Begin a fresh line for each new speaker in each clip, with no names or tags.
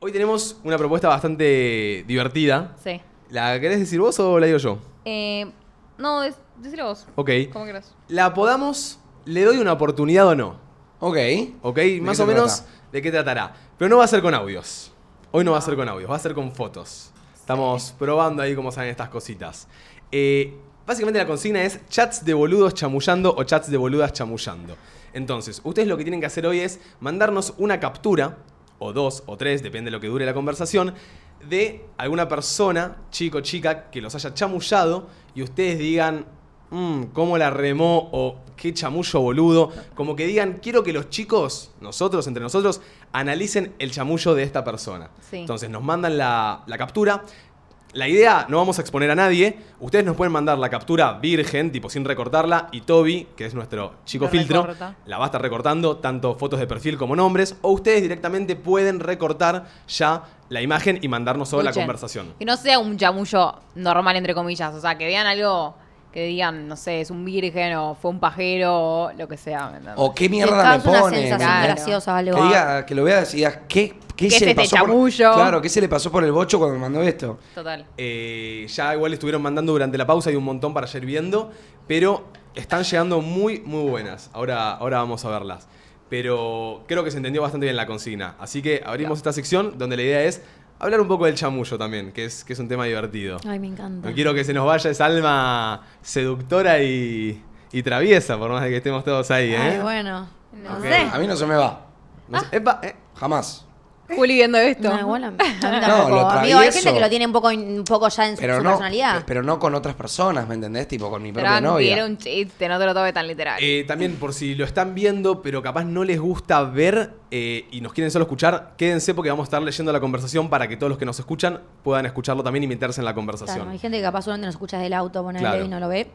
Hoy tenemos una propuesta bastante divertida.
Sí.
¿La querés decir vos o la digo yo?
Eh, no, es, decilo vos.
Ok.
Como quieras.
¿La podamos? ¿Le doy una oportunidad o no?
Ok.
¿Ok?
qué
Más
se
o menos
trata?
de qué tratará. Pero no va a ser con audios. Hoy no va a ser con audios, va a ser con fotos. Estamos probando ahí cómo salen estas cositas. Eh, básicamente la consigna es chats de boludos chamullando o chats de boludas chamullando. Entonces, ustedes lo que tienen que hacer hoy es mandarnos una captura, o dos, o tres, depende de lo que dure la conversación, de alguna persona, chico, chica, que los haya chamullado y ustedes digan, mmm, cómo la remó o qué chamullo boludo. Como que digan, quiero que los chicos, nosotros, entre nosotros, analicen el chamullo de esta persona.
Sí.
Entonces nos mandan la, la captura. La idea, no vamos a exponer a nadie. Ustedes nos pueden mandar la captura virgen, tipo sin recortarla, y Toby, que es nuestro chico
La
filtro,
recorta.
la va a estar recortando, tanto fotos de perfil como nombres. O ustedes directamente pueden recortar ya la imagen y mandarnos toda la
Escuchen,
conversación.
Que no sea un chamullo normal, entre comillas. O sea, que vean algo que digan, no sé, es un virgen o fue un pajero o lo que sea. ¿me
Ah,
entendés?
O qué
Que
mierda me
causa una
ponen.
sensación
Claro.
graciosa,
Que,
algo.
diga, que lo veas y digas, ¿qué,
¿Qué
qué,
es
se le
este
pasó por,
chamullo?
Claro, ¿qué se le pasó por el bocho cuando me mandó esto?
Total.
Eh, ya igual estuvieron mandando durante la pausa y un montón para ayer viendo, pero están llegando muy, muy buenas. Ahora, ahora vamos a verlas. Pero creo que se entendió bastante bien la consigna. Así que abrimos esta sección donde la idea es hablar un poco del chamullo también, que es, que es un tema divertido.
Ay, me encanta.
No quiero que se nos vaya esa alma seductora y, y traviesa, por más de que estemos todos ahí, ¿eh?
Ay, bueno. No
Ok.
sé.
A mí no se me va.
No sé- epa, eh.
Jamás.
Juli viendo esto.
No, igual a mí- a mí tampoco.
lo
Amigo, hay
travieso.
gente que lo tiene un poco, un poco ya en su,
Pero
su
no,
personalidad.
pero no con otras personas, ¿me entendés? Tipo con mi propia
Tranqui,
novia.
era un chiste, no te lo tomes tan literal.
Eh, también por si lo están viendo, pero capaz no les gusta ver eh, y nos quieren solo escuchar, quédense porque vamos a estar leyendo la conversación para que todos los que nos escuchan puedan escucharlo también y meterse en la conversación.
Claro, hay gente que capaz solamente nos escucha del auto, ponerle
Claro.
y no lo ve.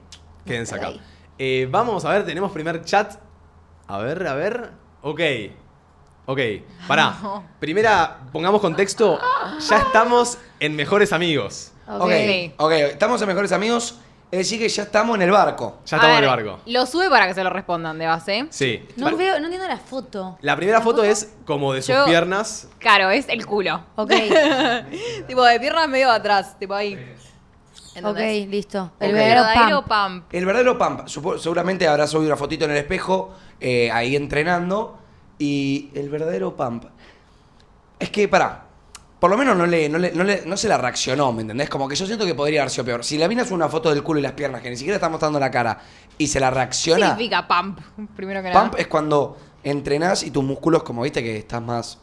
quédense acá.
Ahí.
Eh, vamos a ver, tenemos primer chat. A ver, a ver. Ok. Ok, pará. Primera, pongamos contexto. Ya estamos en Mejores Amigos.
Ok.
ok, ok, estamos en mejores amigos. Es decir, que ya estamos en el barco.
Ya
A
estamos en
ver,
el barco.
Lo sube para que se lo respondan, de base.
Sí.
No
Par-
veo, no entiendo la foto.
La primera foto es como de sus
Yo-
piernas.
Claro, es el culo.
Ok,
tipo, de piernas medio atrás, tipo ahí.
ok,
¿Entendés?
listo.
El
El verdadero
verdadero
pump.
pump.
El verdadero Pampa. Supo- seguramente habrá subido una fotito en el espejo, eh, ahí entrenando. Y el verdadero Pampa. Es que, pará. Por lo menos no, le, no, le- no le- no se la reaccionó, ¿me entendés? Como que yo siento que podría haber sido peor. Si la mina sube una foto del culo y las piernas, que ni siquiera está mostrando la cara, y se la
¿Qué
reacciona.
significa pump? Primero que nada.
Pump es cuando entrenás y tus músculos, como viste, que estás más.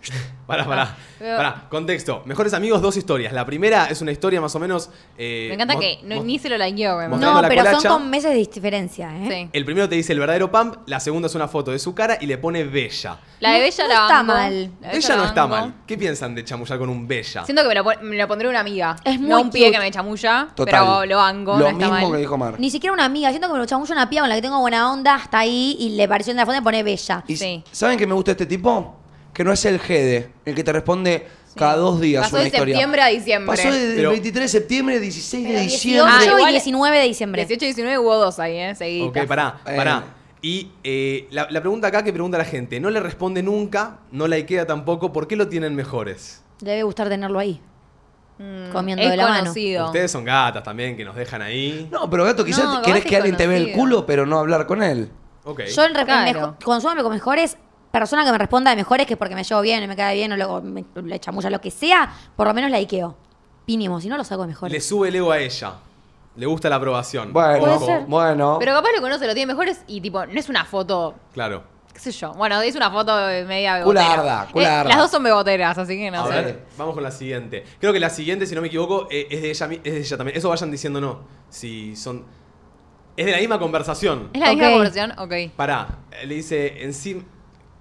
Pará, pará.
Pero-
Pará, contexto. Mejores amigos, dos historias. La primera es una historia más o menos. eh,
Me encanta
mo-
que no-
mo-
ni se lo likeo, me
Mostrando
No,
la
pero son
colacha.
con meses de diferencia, ¿eh?
Sí.
El primero te dice el verdadero pump, la segunda es una foto de su cara y le pone bella.
La de
No-
Bella
no
la
está
banco.
mal.
La de
Bella no
la
está
banco.
mal. ¿Qué piensan de chamullar con un bella?
Siento que me lo, pon- me lo pondré una amiga.
Es muy
no un pibe
cute.
que me chamulla,
Total.
pero lo banco,
Lo
no está
mismo
mal.
que dijo Mar.
Ni siquiera una amiga. Siento que me lo mucho una piba con la que tengo buena onda hasta ahí y le pareció en la foto y pone bella.
Y s-
Sí.
¿Saben que me gusta este tipo? Que no es el Gede, el que te responde cada dos días
Pasó
una
de
historia.
septiembre a diciembre.
Pasó del
Pero-
23 de septiembre, 16 de
Pero
diciembre.
18
Ah,
y
igual-
19 de diciembre.
18 y 19 hubo dos ahí, ¿eh? Seguiditas.
Ok, pará,
Eh.
pará. Y eh, la, la pregunta acá que pregunta la gente, no le responde nunca, no la Ikea tampoco, ¿por qué lo tienen mejores?
Debe gustar tenerlo ahí.
Mm,
Comiendo
es
de la mano.
conocido.
Ustedes son gatas también, que nos dejan ahí.
No, pero gato, quizás
No, capaz
querés
que
que alguien te vea el
conocido.
culo, pero no hablar con él.
Ok.
Yo en re-
Claro.
mejo- consúmame con mejores personas que me responda de mejores que porque me llevo bien, me cae bien o lo, me- le chamulla, lo que sea, por lo menos la Ikeo. Mínimo, si no lo saco de mejores.
Le sube el ego a ella. Le gusta la aprobación.
Bueno,
Puede ser.
bueno.
Pero capaz lo conoce, lo tiene mejores y tipo, no es una foto,
Claro.
qué sé yo. Bueno, es una foto media bebotera.
Cularda, cularda.
las dos son beboteras, así que no
A
sé.
ver.
ver, vamos con la siguiente. Creo que la siguiente, si no me equivoco, eh, es de ella, mi- es de ella también. Eso vayan diciendo no. Si son. Es de la misma conversación.
¿Es la
Ok.
misma conversación? Ok.
Pará. eh, Le dice encima.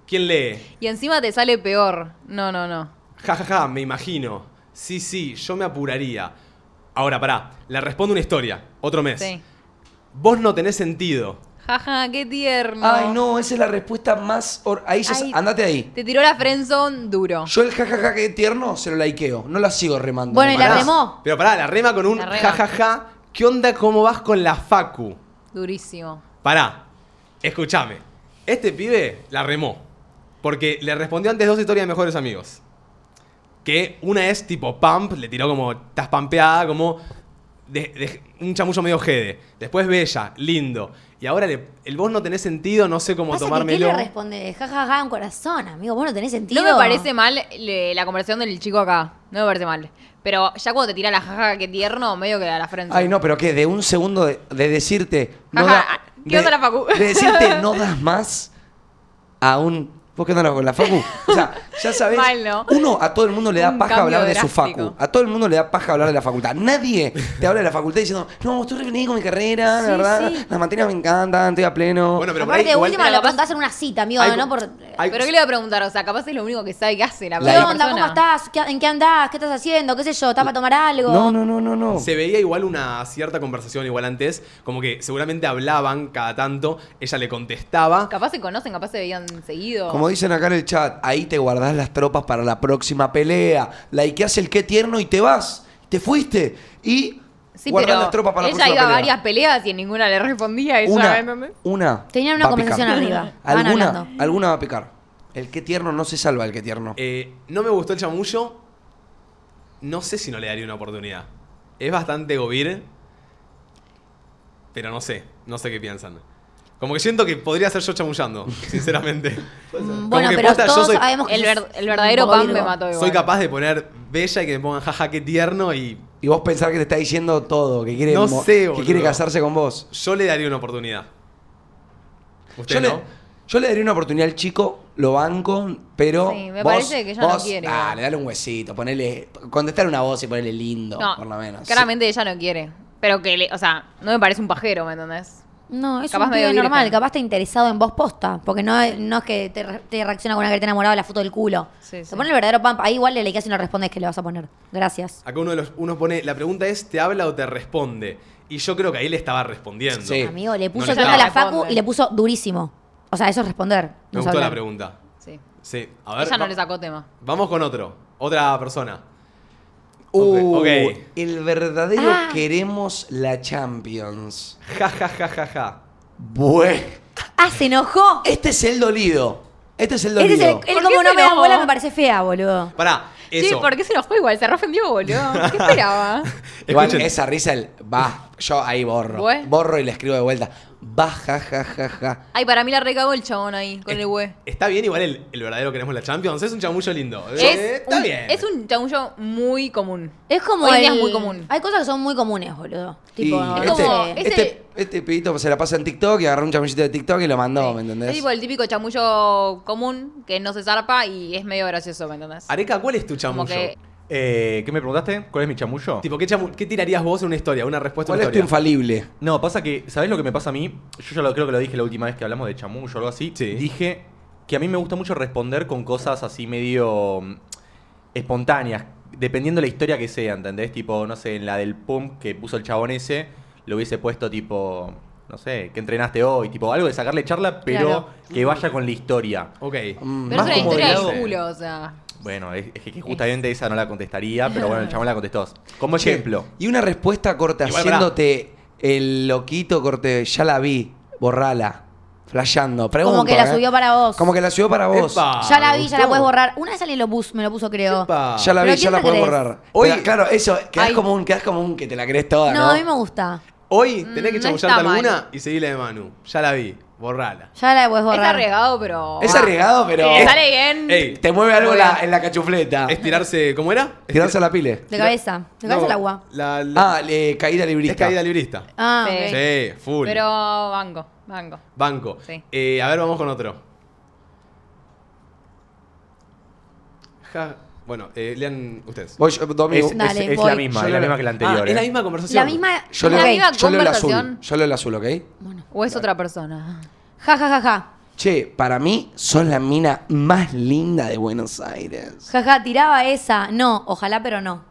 ¿Quién lee?
Y encima te sale peor. No, no, no.
Ja, ja, ja, me imagino. Sí, sí, yo me apuraría. Ahora, pará. Le respondo una historia. Otro mes.
Sí.
Vos no tenés sentido.
Jaja, qué tierno.
Ay, no, esa es la respuesta más. hor- Ahí ya.
Ay.
Andate ahí.
Te tiró la friendzone duro.
Yo el jajaja que tierno se lo likeo. No la sigo remando.
Bueno, y la
Pará.
remó.
Pero pará, la rema con un
La
ja,
rema.
ja, ja. ¿Qué onda? ¿Cómo vas con la facu?
Durísimo.
Pará, escúchame. Este pibe la remó. Porque le respondió antes dos historias de mejores amigos. Que una es tipo pump, le tiró como estás pampeada, como de- de- un chamullo medio jede. Después bella, lindo. Y ahora le- el vos no tenés sentido, no sé cómo
Pasa que, ¿Qué
tomármelo.
le responde? Ja, ja, ja, un corazón, amigo. Vos no tenés sentido.
No me parece mal le- la conversación del chico acá. No me parece mal. Pero ya cuando te tira la jaja que tierno, medio que da la frente.
Ay, no, pero que de un segundo de, de decirte. No
Ajá,
da-
¿qué onda la Facu?
De decirte no das más a un. ¿Vos qué onda con la Facu? O sea, ya sabés.
Mal, ¿no?
Uno, a todo el mundo le da
Un
paja
cambio
hablar de su
drástico.
Facu. A todo el mundo le da paja hablar de la facultad. Nadie te habla de la facultad diciendo, no, estoy re feliz con mi carrera, la
Sí,
verdad.
sí.
Las materias me encantan, estoy a pleno.
Bueno, pero por
Aparte,
ahí
de
igual-
última
Pero
lo
capaz-
preguntás en una cita, amigo,
Hay-
¿no? Por,
hay-
Pero ¿qué le voy a preguntar? O sea, capaz es lo único que sabe que hace la
¿Qué
otra
onda? ¿Cómo
persona.
estás? ¿Qué- ¿En qué andás? ¿Qué estás haciendo? ¿Qué sé yo? ¿Estás para tomar algo?
no, no, no, no, no.
Se veía igual una cierta conversación igual antes, como que seguramente hablaban cada tanto, ella le contestaba.
Capaz se conocen, capaz se veían seguido.
Como dicen acá en el chat, ahí te guardás las tropas para la próxima pelea. Likeás el qué tierno y te vas. Te fuiste. Y
Sí,
guardás
pero
las tropas para la
ella
próxima
iba a
pelea.
varias peleas y en ninguna le respondía. Ella,
una,
¿entendés?
una.
Tenían una
va a picar.
conversación arriba. Van
Alguna,
hablando.
alguna va a picar. El qué tierno no se salva, el qué tierno.
Eh, no me gustó el chamullo. No sé si no le daría una oportunidad. Es bastante gobir. Pero no sé. No sé qué piensan. Como que siento que podría ser yo chamullando, sinceramente.
Mm,
Como
Bueno,
que
pero
posta, yo
todos
soy-
sabemos que
El,
sos
ver- el
un
verdadero
poco
pan me
virgo.
mató igual.
Soy capaz de poner bella y que me pongan jaja qué tierno y
Y vos pensar que te está diciendo todo, que quiere,
No
mo-
sé,
que
boludo.
quiere casarse con vos.
yo le daría una oportunidad.
Yo,
¿Usted
le,
no?
yo le daría una oportunidad al chico, lo banco, pero.
Sí, me
vos-
parece que ella no
vos,
quiere,
Dale,
igual.
dale un huesito, ponele. Contestar una voz y ponele lindo,
No,
por lo menos.
claramente ella no quiere. Pero que, le, o sea, no me parece un pajero, ¿me entendés?
No, es
Capaz
un
medio
pibe normal,
virgen.
capaz está interesado en vos posta, porque no, no es que te, re- te reacciona con una que te enamorado de la foto del culo.
Sí,
te
sí.
pone el verdadero pump, ahí igual le likeás y no respondes que le vas a poner. Gracias.
Acá uno de los uno pone, la pregunta es, ¿te habla o te responde? Y yo creo que ahí le estaba respondiendo.
Sí.
Amigo, le puso
Eh, le
tanto
estaba.
a la facu
Responde.
y le puso durísimo. O sea, eso es responder.
Me
no es
gustó la
hablar.
pregunta.
Sí.
Sí, a ver.
ella no
va-
le sacó tema.
Vamos con otro. Otra persona.
Uh,
Ok.
El verdadero
Ah.
queremos la Champions.
Ja, ja, ja, ja, ja.
Bueno.
Ah, se enojó.
Este es el dolido. Este es el
Este
dolido.
es el,
qué
él como
se
no me da
enojó?
bola me parece fea, boludo.
Pará, eso.
Sí, ¿por qué se nos fue igual? Se reofendió, boludo. ¿Qué esperaba?
Igual
Escuchen.
esa risa, el va, yo ahí borro.
Bue.
Borro y le escribo de vuelta. Va, ja, ja, ja, ja.
Ay, para mí la recagó el chabón ahí, con el güey.
Está bien, igual el, el verdadero queremos la Champions. Es un chamullo lindo. Eh,
Es
está
un,
bien.
es un chamullo muy común.
Es como
Hoy en día es
el-
muy común.
Hay cosas que son muy comunes, boludo. Tipo,
Y
no
es
este,
como-
sé.
es
este, este pibito se la pasa en TikTok y agarró un chamullito de TikTok y lo mandó, ¿me entendés?
Es tipo el típico chamullo común que no se zarpa y es medio gracioso, ¿me entendés?
Areca, ¿cuál es tu
Como
chamullo?
que-
Eh, ¿Qué me preguntaste? ¿Cuál es mi chamullo?
Tipo, ¿qué, chamu- qué tirarías vos en una historia? Una respuesta a
¿Cuál
una
es tu
historia.
infalible?
No, pasa que, ¿sabés lo que me pasa a mí? Yo ya lo creo que lo dije la última vez que hablamos de chamullo o algo así.
Sí.
Dije que a mí me gusta mucho responder con cosas así medio mm, espontáneas, dependiendo de la historia que sea, ¿entendés? Tipo, no sé, en la del pum que puso el chabón ese, lo hubiese puesto tipo, no sé, que entrenaste hoy, tipo, algo de sacarle charla, pero
Claro.
que vaya con la historia.
Ok.
Mm,
Pero es
más
una
como
historia
del
del
lado-
culo, o sea.
Bueno, es, es que justamente esa no la contestaría, pero bueno, el chabón la contestó. Como ejemplo.
Y una respuesta corta,
Igual, pará.
haciéndote el loquito corte, ya la vi, borrala, flasheando. Pregunto,
Como que la
¿eh?
subió para vos.
Como que la subió para vos.
Ah,
Epa,
ya la
me
vi, ya la
gustó.
puedes borrar. Una vez alguien lo puso, me lo puso, creo.
Epa.
Ya la vi,
Pero
ya
¿quién
la
te
podés
crees?
borrar.
Hoy-
Pero, claro, eso, quedás
Ay.
como, un, quedás como un que te la crees toda,
No,
¿no?
a mí me gusta.
Hoy tenés que
Mm, no
chamullarte
está mal.
alguna y seguirle de Manu. Ya la vi. Borrala.
Ya la puedes
Es
borrar.
arriesgado, pero.
Es arriesgado, pero-
Si le sale bien.
Ey,
Te mueve algo
Muy
la-
bien.
en la cachufleta.
Es tirarse. ¿Cómo era? Es
Tirarse a la pile.
De cabeza. De cabeza
No,
al agua.
La, la-
Ah, le- caída librista.
es caída librista.
Ah,
Sí.
ok.
Sí, full.
Pero banco, banco.
Banco.
Sí.
Eh, a ver, vamos con otro. Ja- bueno, eh, lean ustedes.
Voy yo, Domi,
Es, es-
Dale,
es
voy.
la misma,
Yo
es
leo
la misma que la anterior.
Ah, es la
¿eh?
misma conversación.
La misma.
yo
la
leo,
misma
yo leo el azul.
conversación.
Yo leo el azul, ¿ok?
O es otra persona.
Ja, ja, ja, ja.
Che, para mí sos la mina más linda de Buenos Aires.
Ja, ja, tiraba esa. No, ojalá, pero no.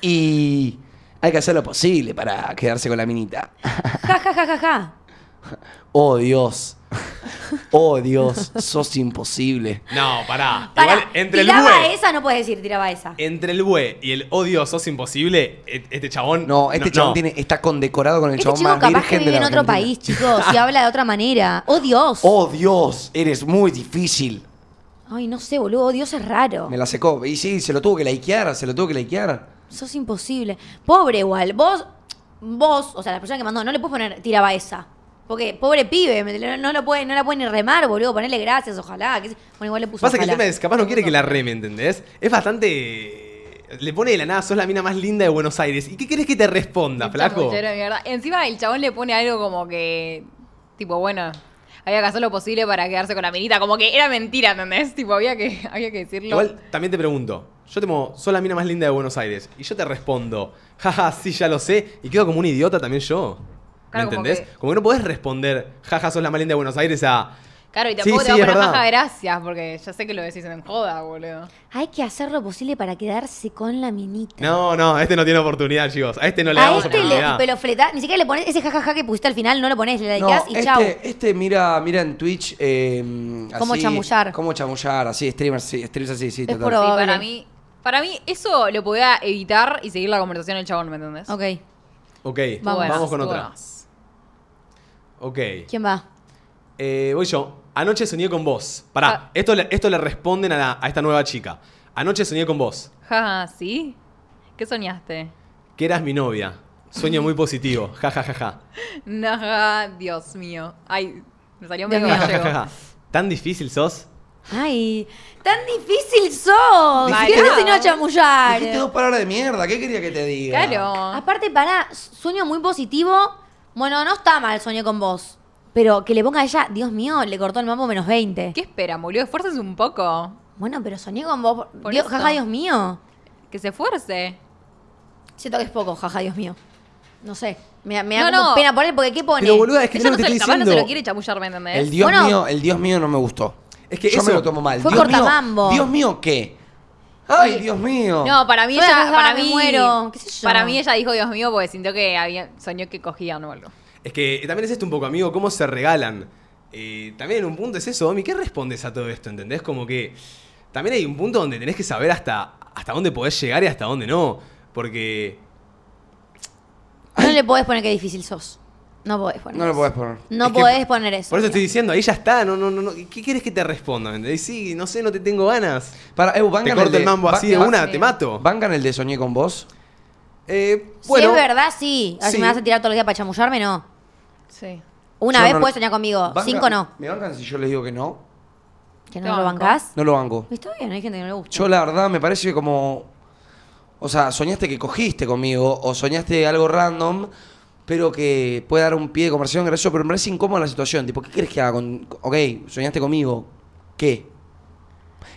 Y hay que hacer lo posible para quedarse con la minita.
Ja, ja, ja, ja, ja.
Oh, Dios. Oh, Dios. Sos imposible.
No, pará.
Pará,
Igual, entre el
tiraba
bue.
esa, no puedes decir tiraba esa.
Entre el bue y el odio sos imposible, e- este chabón.
No, este chabón
no.
tiene, está condecorado con el
Este
chabón
chico
más
capaz
virgen
que
de
vive
la
en otro
Argentina.
país, chicos, y habla de otra manera. ¡Oh, Dios!
Oh, Dios. Eres muy difícil.
Ay, Ay, no sé, boludo, oh, Dios es raro.
Me la secó. Y sí, se lo tuvo que likear, se lo tuvo que likear.
Sos imposible. Pobre igual. Vos, vos, o sea, la persona que mandó, no le puedes poner tiraba esa. Porque, pobre pibe, me- no, lo puede, no la puede ni remar, boludo. Ponerle gracias, ojalá. que se- Bueno, igual le puso
Pasa que el
ojalá.
tema es, capaz no quiere que la reme, ¿entendés? Es bastante... Le pone de la nada, sos la mina más linda de Buenos Aires. ¿Y qué querés que te responda,
Un
flaco?
chamullero de mierda. Encima el chabón le pone algo como que. Tipo, bueno. Había que hacer lo posible para quedarse con la minita. Como que era mentira, ¿entendés? Tipo, había que, había que decirlo.
Igual también te pregunto, yo tengo, sos la mina más linda de Buenos Aires. Y yo te respondo, jaja, sí, ya lo sé. Y quedo como un idiota también yo. ¿Me
Claro, como
entendés? Como
que-
que... no podés responder, jaja, sos la más linda de Buenos Aires a.
Claro, y
Sí,
tampoco
sí,
te va
es
a poner
verdad.
jaja gracias, porque ya sé que lo decís en joda, boludo.
Hay que hacer lo posible para quedarse con la minita.
No, no, este no tiene oportunidad, chicos. A este no le
a
damos
este le
oportunidad.
pero fleta, ni siquiera le pones ese jajaja que pusiste al final, no lo pones, le
No,
dedicás y chau.
este, este mira, mira en Twitch. Eh,
Cómo
así,
chamullar.
Cómo chamullar, así, streamers, sí, streamers así, sí,
Es
total.
probable.
Sí, para mí. Para mí, eso lo podía evitar y seguir la conversación el chabón, ¿me entendés?
Ok,
Ok,
Tú
vamos,
ganás,
con
tú
otra.
ganás.
Ok.
¿quién va?
Eh, voy yo. Anoche soñé con vos. Pará,
Ah.
esto, le, esto le responden a, la- a esta nueva chica. Anoche soñé con vos,
Jaja, ¿sí? ¿Qué soñaste?
que eras mi novia. Sueño muy positivo. Ja, ja, ja, ja.
Naja, Dios mío. Ay, me salió
Dios
medio
Ja, ja, ja,
gallego.
ja, ja. ¿Tan difícil sos?
Ay, tan difícil sos.
Dijiste-
¿Qué te enseñó a chamullar?
Dijiste dos palabras de mierda, ¿qué quería que te diga?
Claro.
Aparte, para, sueño muy positivo. Bueno, no está mal sueño con vos. Pero que le ponga a ella, Dios mío, le cortó el mambo menos 20.
¿Qué espera, boludo? Esfuércense un poco.
Bueno, pero soñé con vos.
Por
Dios,
eso.
jaja, Dios mío.
Que se esfuerce.
Siento que es poco, jaja, Dios mío. No sé. Me, me da
No,
como
no.
pena por él porque ¿qué pone?
Pero boluda, es que
Ella
yo
no
te
se,
estoy
capaz no
diciendo.
se lo quiere chamullar, ¿me entendés?
El Dios
Bueno.
mío, el Dios mío no me gustó.
Es que
Yo
eso-
me lo tomo mal.
Fue
Dios mío,
cortamambo.
Dios mío, ¿qué? Ay, Dios mío.
No, para mí
Bueno,
ella,
jaja,
para
me
mí,
muero, qué sé yo.
para mí ella dijo Dios mío porque sintió que había, soñó que cogían o algo.
Es que también es esto un poco, amigo, cómo se regalan. Eh, también en un punto es eso, Domi, ¿qué respondes a todo esto? ¿Entendés? Como que también hay un punto donde tenés que saber hasta, hasta dónde podés llegar y hasta dónde no. Porque
No le podés poner que difícil sos. No podés poner
No lo
eso.
podés poner.
No
Es que-
podés poner eso.
Por eso estoy diciendo, ahí ya está, no, no, no, no. ¿Qué quieres que te responda? ¿Me entendés? Sí, no sé, no te tengo ganas.
Para, Evo,
Te
bancan
corto
de-
el mambo
ba-
así de
ba-
una,
sí.
te mato.
¿Bancan el de soñé con vos?
Eh,
si
bueno,
es verdad, sí. A ver,
sí.
Si me vas a tirar todos los días para chamullarme, no.
Sí.
Una
Yo
vez
no-
puedes soñar conmigo,
Bancan-
cinco no.
¿Me bancan si yo les digo que no?
Que no
Te
lo
banco.
bancás.
No lo banco.
Está bien, hay gente que no le gusta.
Yo la verdad me parece como... O sea, soñaste que cogiste conmigo o soñaste algo random, pero que puede dar un pie de conversación gracioso, pero me parece incómoda la situación. Tipo, ¿qué quieres que haga con...? Ok, soñaste conmigo. ¿Qué?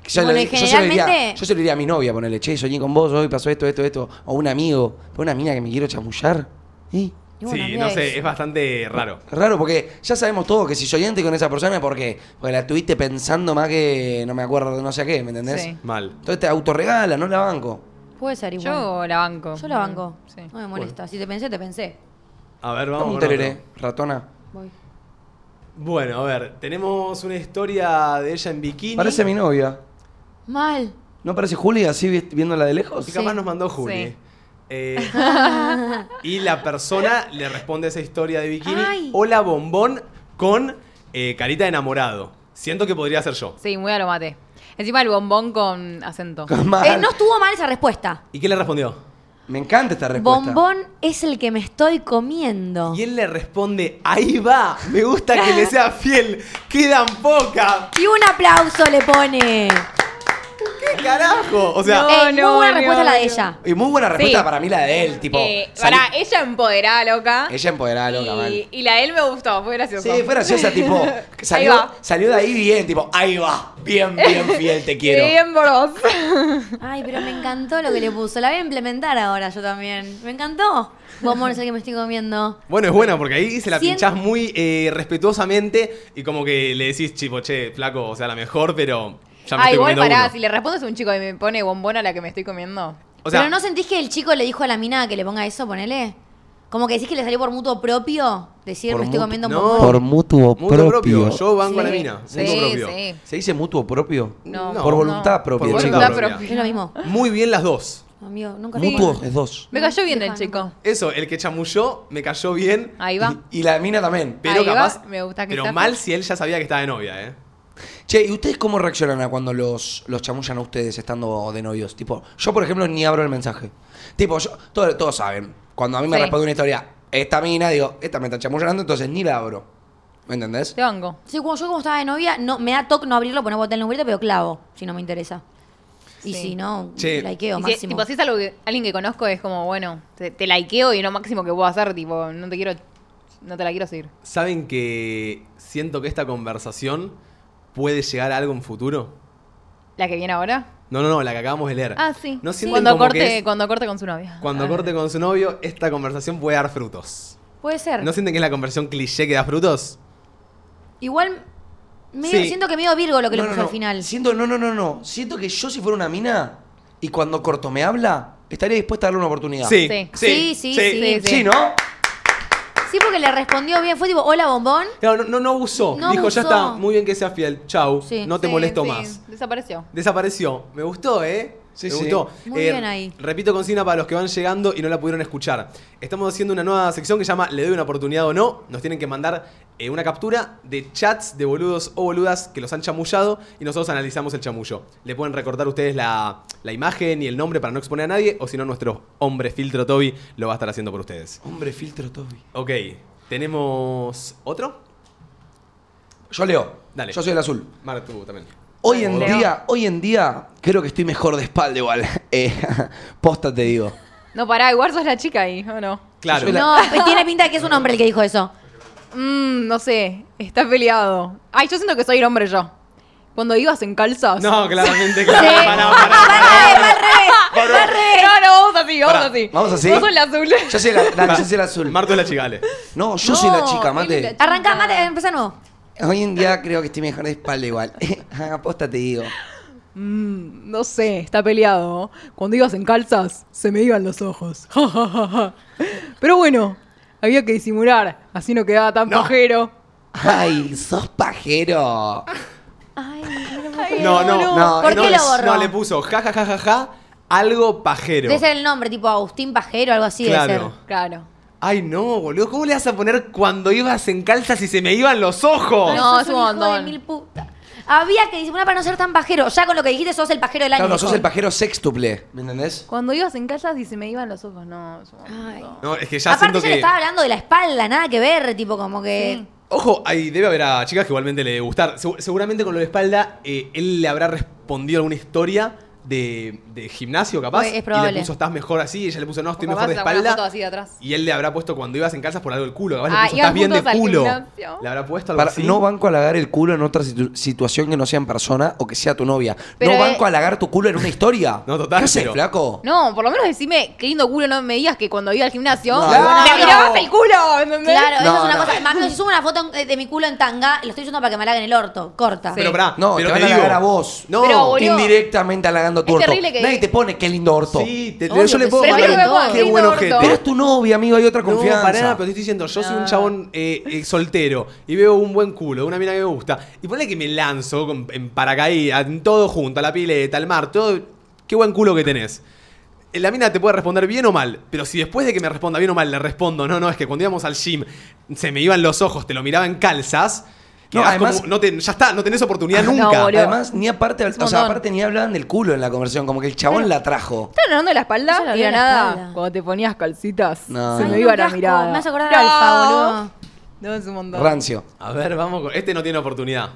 Que ya
Bueno,
le-
y
yo, se lo diría,
generalmente-
yo se lo diría a mi novia, ponele, che, soñé con vos, hoy pasó esto, esto, esto. O un amigo, o una mina que me quiero chamullar. ¿Y?
Y bueno,
sí,
mira
no sé, eh.
eso.
es bastante raro.
Raro, porque ya sabemos todos que si soñaste con esa persona es porque, porque la tuviste pensando más que no me acuerdo, no sé qué, ¿me entendés?
Sí.
Mal.
Entonces te autorregala, no la banco.
Puede ser igual.
Yo la banco. Mm,
Yo la banco.
Sí.
No me molesta. Si te pensé, te pensé.
A ver,
Dame
vamos.
un
con otro.
tereré, ratona.
Voy.
Bueno, a ver, tenemos una historia de ella en bikini.
Parece mi novia.
Mal.
¿No parece Julia así vi- viéndola de lejos?
Y capaz
Sí.
nos mandó Juli.
Sí.
Eh, y la persona le responde esa historia de bikini.
Ay.
Hola, bombón, con eh, carita de enamorado. Siento que podría ser yo.
Sí, muy a lo mate. Encima el bombón con acento.
Mal.
Eh, no estuvo mal esa respuesta.
¿Y qué le respondió?
Me encanta esta respuesta.
Bombón es el que me estoy comiendo.
Y él le responde, ahí va, me gusta que le sea fiel, quedan pocas.
Y un aplauso le pone.
¿Qué carajo? O sea,
No,
Eh, muy buena
Oh, no,
respuesta la de
no.
ella.
Y muy buena respuesta
Sí.
para mí la de él, tipo.
Eh,
salí-
pará, ella empoderada, loca.
Ella empoderada, loca,
y,
mal.
y la de él me gustó, fue gracioso.
Sí, fue graciosa, tipo. Salió,
va.
salió de ahí bien, tipo, ahí va. Bien, bien fiel, te quiero.
Bien por vos.
Ay, pero me encantó lo que le puso. La voy a implementar ahora yo también. Me encantó. Bombón es el que me estoy comiendo.
bueno, es buena porque ahí se la
Cien-
pinchás muy eh, respetuosamente y como que le decís, chipo, che, flaco, o sea, la mejor, pero ya me
Ah,
estoy
igual
comiendo
pará,
uno.
si le respondes a un chico y me pone bombón a la que me estoy comiendo.
O sea,
pero ¿no sentís que el chico le dijo a la mina que le ponga eso? Ponele. Como que decís que le salió por mutuo propio. Decir,
Por
me estoy
mutuo-
comiendo un
no.
bombón.
Por mutuo,
mutuo propio.
propio.
yo banco a la
Sí,
mina,
sí,
mutuo propio.
sí.
¿Se dice mutuo propio?
No,
No,
por
no.
voluntad propia,
Por
chicos.
voluntad
Es lo mismo.
Muy bien las dos.
Amigo, nunca lo
Mutuo es dos.
Me cayó bien el
Lejano.
chico.
Eso, el que chamulló me cayó bien,
Ahí va.
Y, y la mina también.
pero
Ahí va,
capaz...
me gusta que
pero
sea-
mal si él ya sabía que estaba de novia, ¿eh?
Che, ¿y ustedes cómo reaccionan a cuando los, los chamullan a ustedes estando de novios? Tipo, yo por ejemplo ni abro el mensaje. Tipo, yo, todo- todos saben, cuando a mí me
Sí.
responde una historia, esta mina, digo, esta me está chamullando, entonces ni la abro. ¿Me entendés?
Te banco.
Sí, cuando yo como estaba de novia, no, me da toque no abrirlo, poner botón en el pero clavo, si no me interesa. Y
Sí.
si no,
Che.
likeo
Y si,
máximo.
tipo, si es algo que, alguien que conozco, es como, bueno, te, te likeo y no máximo que puedo hacer, tipo, no te quiero, no te la quiero seguir.
¿Saben que siento que esta conversación puede llegar a algo en futuro?
¿La que viene ahora?
No, no, no, la que acabamos de leer.
Ah, sí.
¿No
Sí.
sienten
Cuando
como
corte,
que es-
cuando corte con su novia.
cuando
Ah.
corte con su novio, esta conversación puede dar frutos.
Puede ser.
¿No sienten que es la conversación cliché que da frutos?
Igual, medio-
Sí.
siento que medio Virgo lo que
No,
le
no,
puso
no.
al final.
Siento, no, no, no, no. Siento que yo si fuera una mina y cuando corto me habla, estaría dispuesta a darle una oportunidad.
Sí,
Sí.
sí,
Sí, sí,
Sí, sí.
Sí, ¿no?
Sí, porque le respondió bien. Fue tipo, hola, bombón.
Claro, no, no, no abusó.
No
Dijo, ya
abusó.
está, muy bien que seas fiel. Chau,
Sí.
no te
Sí,
molesto
sí,
más.
Desapareció.
Desapareció. Me gustó, ¿eh?
Sí,
Me
sí.
gustó.
Muy
Eh,
bien ahí.
Repito consigna para los que van llegando y no la pudieron escuchar. Estamos haciendo una nueva sección que se llama Le doy una oportunidad o no. Nos tienen que mandar eh, una captura de chats de boludos o boludas que los han chamullado y nosotros analizamos el chamullo. Le pueden recortar ustedes la, la imagen y el nombre para no exponer a nadie o si no, nuestro hombre filtro Toby lo va a estar haciendo por ustedes.
Hombre, filtro Toby.
Ok, tenemos otro.
Yo leo.
Dale.
Yo soy el azul.
Martu también.
Hoy en
Leo.
día, hoy en día, creo que estoy mejor de espalda igual. Eh, posta te digo.
No, pará, igual sos la chica ahí, ¿o no?
Claro.
Yo soy la-
No, pe- tiene pinta de que es un hombre el que dijo eso.
Mmm, no sé, está peleado. Ay, yo siento que soy el hombre yo. Cuando ibas en calzas.
No, claramente,
Sí.
claramente. Pará, pará,
Va
pará.
al revés, va al revés.
no, no, vamos así, vamos
Pará,
así.
¿vamos así?
Vos sos el azul.
Yo soy la, dale, yo soy el azul.
Martu es la chigale.
No, yo soy la
No,
chica,
él es
mate.
la-
Arranca, mate, empieza nuevo.
Hoy en día creo que estoy mejor de espalda igual. Ah, posta te digo.
Mm, no sé, está peleado. Cuando ibas en calzas, se me iban los ojos. Ja, ja, ja, ja. Pero bueno, había que disimular, así no quedaba tan
No.
pajero.
Ay, sos pajero.
Ay,
No, no,
no,
¿Por
no,
qué lo
es-
borró?
No, le puso ja, ja, ja, ja, ja, algo pajero.
Debe ser el nombre, tipo Agustín Pajero, algo así debe
Claro.
ser.
Claro.
Ay, no, boludo. ¿Cómo le vas a poner cuando ibas en calzas y se me iban los ojos?
Ay,
No,
sos
es un
hijo de
montón.
mil puta. Había que disimular para no ser tan pajero. Ya con lo que dijiste sos el pajero del año.
Claro, no,
hijo.
sos el pajero sextuple. ¿Me entendés?
Cuando ibas en calzas y se me iban los ojos, no. es un
Ay.
montón.
No, es que ya
Aparte
siento
yo le
que.
estaba hablando de la espalda, nada que ver, tipo como que...
Ojo, ahí debe haber a chicas que igualmente le debe gustar. Segu- seguramente con lo de espalda, eh, él le habrá respondido alguna historia de, de gimnasio, capaz.
Pues, es probable.
Y le puso estás mejor así, y ella le puso no, estoy
O
mejor de
capaz alguna foto
espalda.
así de atrás.
Y él le habrá puesto cuando ibas en calzas por algo el culo. Capaz
Ah,
le puso
iban
estás bien de
juntos al
culo.
gimnasio.
Le habrá puesto algo
Para-
así.
no banco halagar el culo en otra situ- situación que no sea en persona o que sea tu novia.
Pero,
no
eh,
banco halagar tu culo en una historia.
No, total,
¿Qué haces,
pero-
flaco?
No, por lo menos decime, qué lindo culo, no me digas que cuando iba al gimnasio,
No.
me
Claro.
mirabas el culo, ¿entendés?
Claro,
No,
eso es una
no.
cosa. Más o menos, si subo una foto en- eh, de mi culo en tanga, lo estoy usando para que me halaguen el orto. Corta.
Pero
Sí.
pará,
No,
pero
te van a
digo-
halagar a vos.
No,
Pero, boludo,
Indirectamente halagando tu
Es
orto.
terrible que-
Nadie te pone qué lindo orto.
Sí, te-
Obvio
yo le
que
puedo
sí.
mandar
Prefiero
un-
que me
Qué
pongan
buen
lindo orto.
ojete.
Pero es tu novia, amigo, hay otra confianza.
No, pará, pero te estoy diciendo, yo soy un chabón eh, eh, soltero y veo un buen culo, una mina que me gusta. Y ponle que me lanzo con- en paracaídas, en todo junto, a la pileta, al mar, todo. Qué buen culo que tenés. Eh, La mina te puede responder bien o mal, pero si después de que me responda bien o mal le respondo, no, no, es que cuando íbamos al gym se me iban los ojos, te lo miraba en calzas.
No,
No,
además-
no te, ya está, no tenés oportunidad
Ah, No,
nunca.
boludo.
Además, ni aparte,
Es un
o sea,
montón.
aparte ni hablaban del culo en la conversación, como que el chabón la trajo.
¿Están hablando de la
Yo le
espalda?
hablé
Y de
de la
nada,
espalda.
cuando te ponías calcitas,
No.
se
Ay,
me
no,
iba
qué
la
asco.
mirada.
Me hace acordar
No.
a Alfa, boludo.
No, es un montón.
Rancio.
A ver, vamos con. Este no tiene oportunidad.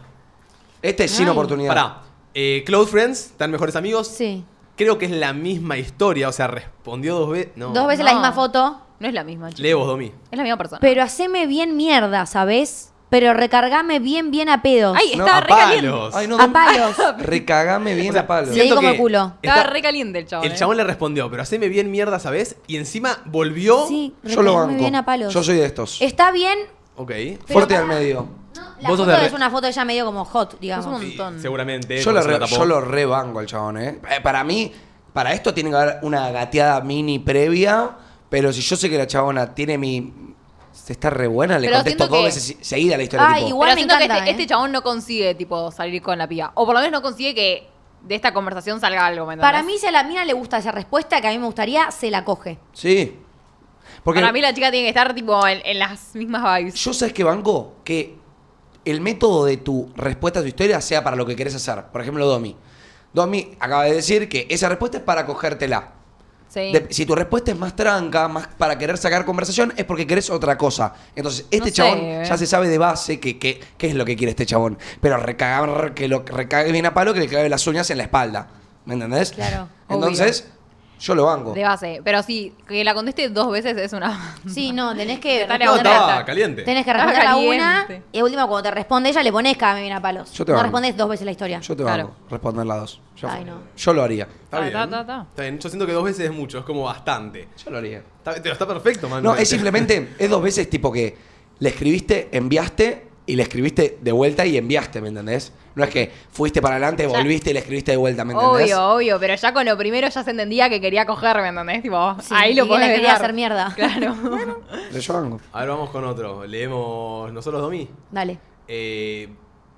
Este es sin
Ay.
oportunidad.
Pará. Eh, close friends, están mejores amigos.
Sí.
Creo que es la misma historia, o sea, respondió dos veces. No.
Dos veces
No.
la misma foto.
No es la misma, chica.
Leo vos, Domi.
Es la misma persona.
Pero haceme bien mierda, ¿sabés? Pero recargame bien, bien a pedos.
Ay,
No,
estaba
a
re caliente.
palos.
Ay, no,
a
no-
palos.
Recagame bien
O sea,
a palo.
sí.
siento
como
que
el culo.
Estaba
está-
re caliente el chabón.
El
eh.
chabón le respondió, pero haceme bien mierda, ¿sabes? Y encima volvió.
Sí,
Yo lo
recargame
banco.
bien a palos.
Yo soy de estos.
Está bien.
Ok.
Fuerte
pará.
al medio.
La
Vos sos
foto
de re-
es una foto ella medio como hot, digamos.
Es un-
Sí,
montón.
seguramente.
Yo
porque
lo,
Eh, se
re-
la tapó.
yo lo rebanco al chabón, ¿eh? Eh, Para mí, para esto tiene que haber una gateada mini previa, pero si yo sé que la chabona tiene mi... Está re buena, le
Pero
contesto
siento
dos
que-
veces se- seguida la historia.
Ay,
tipo,
Ah, igual
Pero
me
siento que
encanta,
este,
eh.
este chabón no consigue, tipo, salir con la piba. O por lo menos no consigue que de esta conversación salga algo, ¿me
Para
entendés?
mí, si a la mina le gusta esa respuesta, que a mí me gustaría, se la coge.
Sí. Porque
Para mí la chica tiene que estar, tipo, en, en las mismas vibes.
yo sabes que banco que el método de tu respuesta a tu historia sea para lo que querés hacer. Por ejemplo, Domi. Domi acaba de decir que esa respuesta es para cogértela.
Sí.
De- si tu respuesta es más tranca, más para querer sacar conversación, es porque querés otra cosa. Entonces, este
sé,
chabón
eh.
ya se sabe de base que, que- qué es lo que quiere este chabón. Pero recagar, que lo recague bien a palo, que le clave las uñas en la espalda. ¿Me entendés?
Claro,
Entonces, yo lo banco.
De base. Pero sí, que la conteste dos veces es una.
Sí, no, tenés que
Dale,
No,
Ahora
estaba
está.
caliente.
Tenés que
Estaba
responder a una
caliente.
y a última cuando te responde ella le pones cada me viene a palos.
Yo te
no
banco.
respondes dos veces la historia.
Yo te
Claro.
banco. Responder las dos. Yo,
Ay, no.
yo lo haría.
Está
Ta,
bien.
ta, ta, ta.
Está bien. Yo siento que dos veces es mucho, es como bastante.
Yo lo haría.
Está, está perfecto, man.
No, es simplemente, es dos veces tipo que le escribiste, enviaste y le escribiste de vuelta y enviaste, ¿me entendés? No es que fuiste para adelante, volviste y le escribiste de vuelta, ¿me entendés?
Obvio, obvio, pero ya con lo primero ya se entendía que quería cogerme, ¿entendés? Tipo,
Sí,
ahí
y
lo
que la
podés
quería
dejar.
hacer mierda.
Claro.
Pero yo banco.
A ver, vamos con otro. Leemos nosotros, Domi.
Dale.
Eh,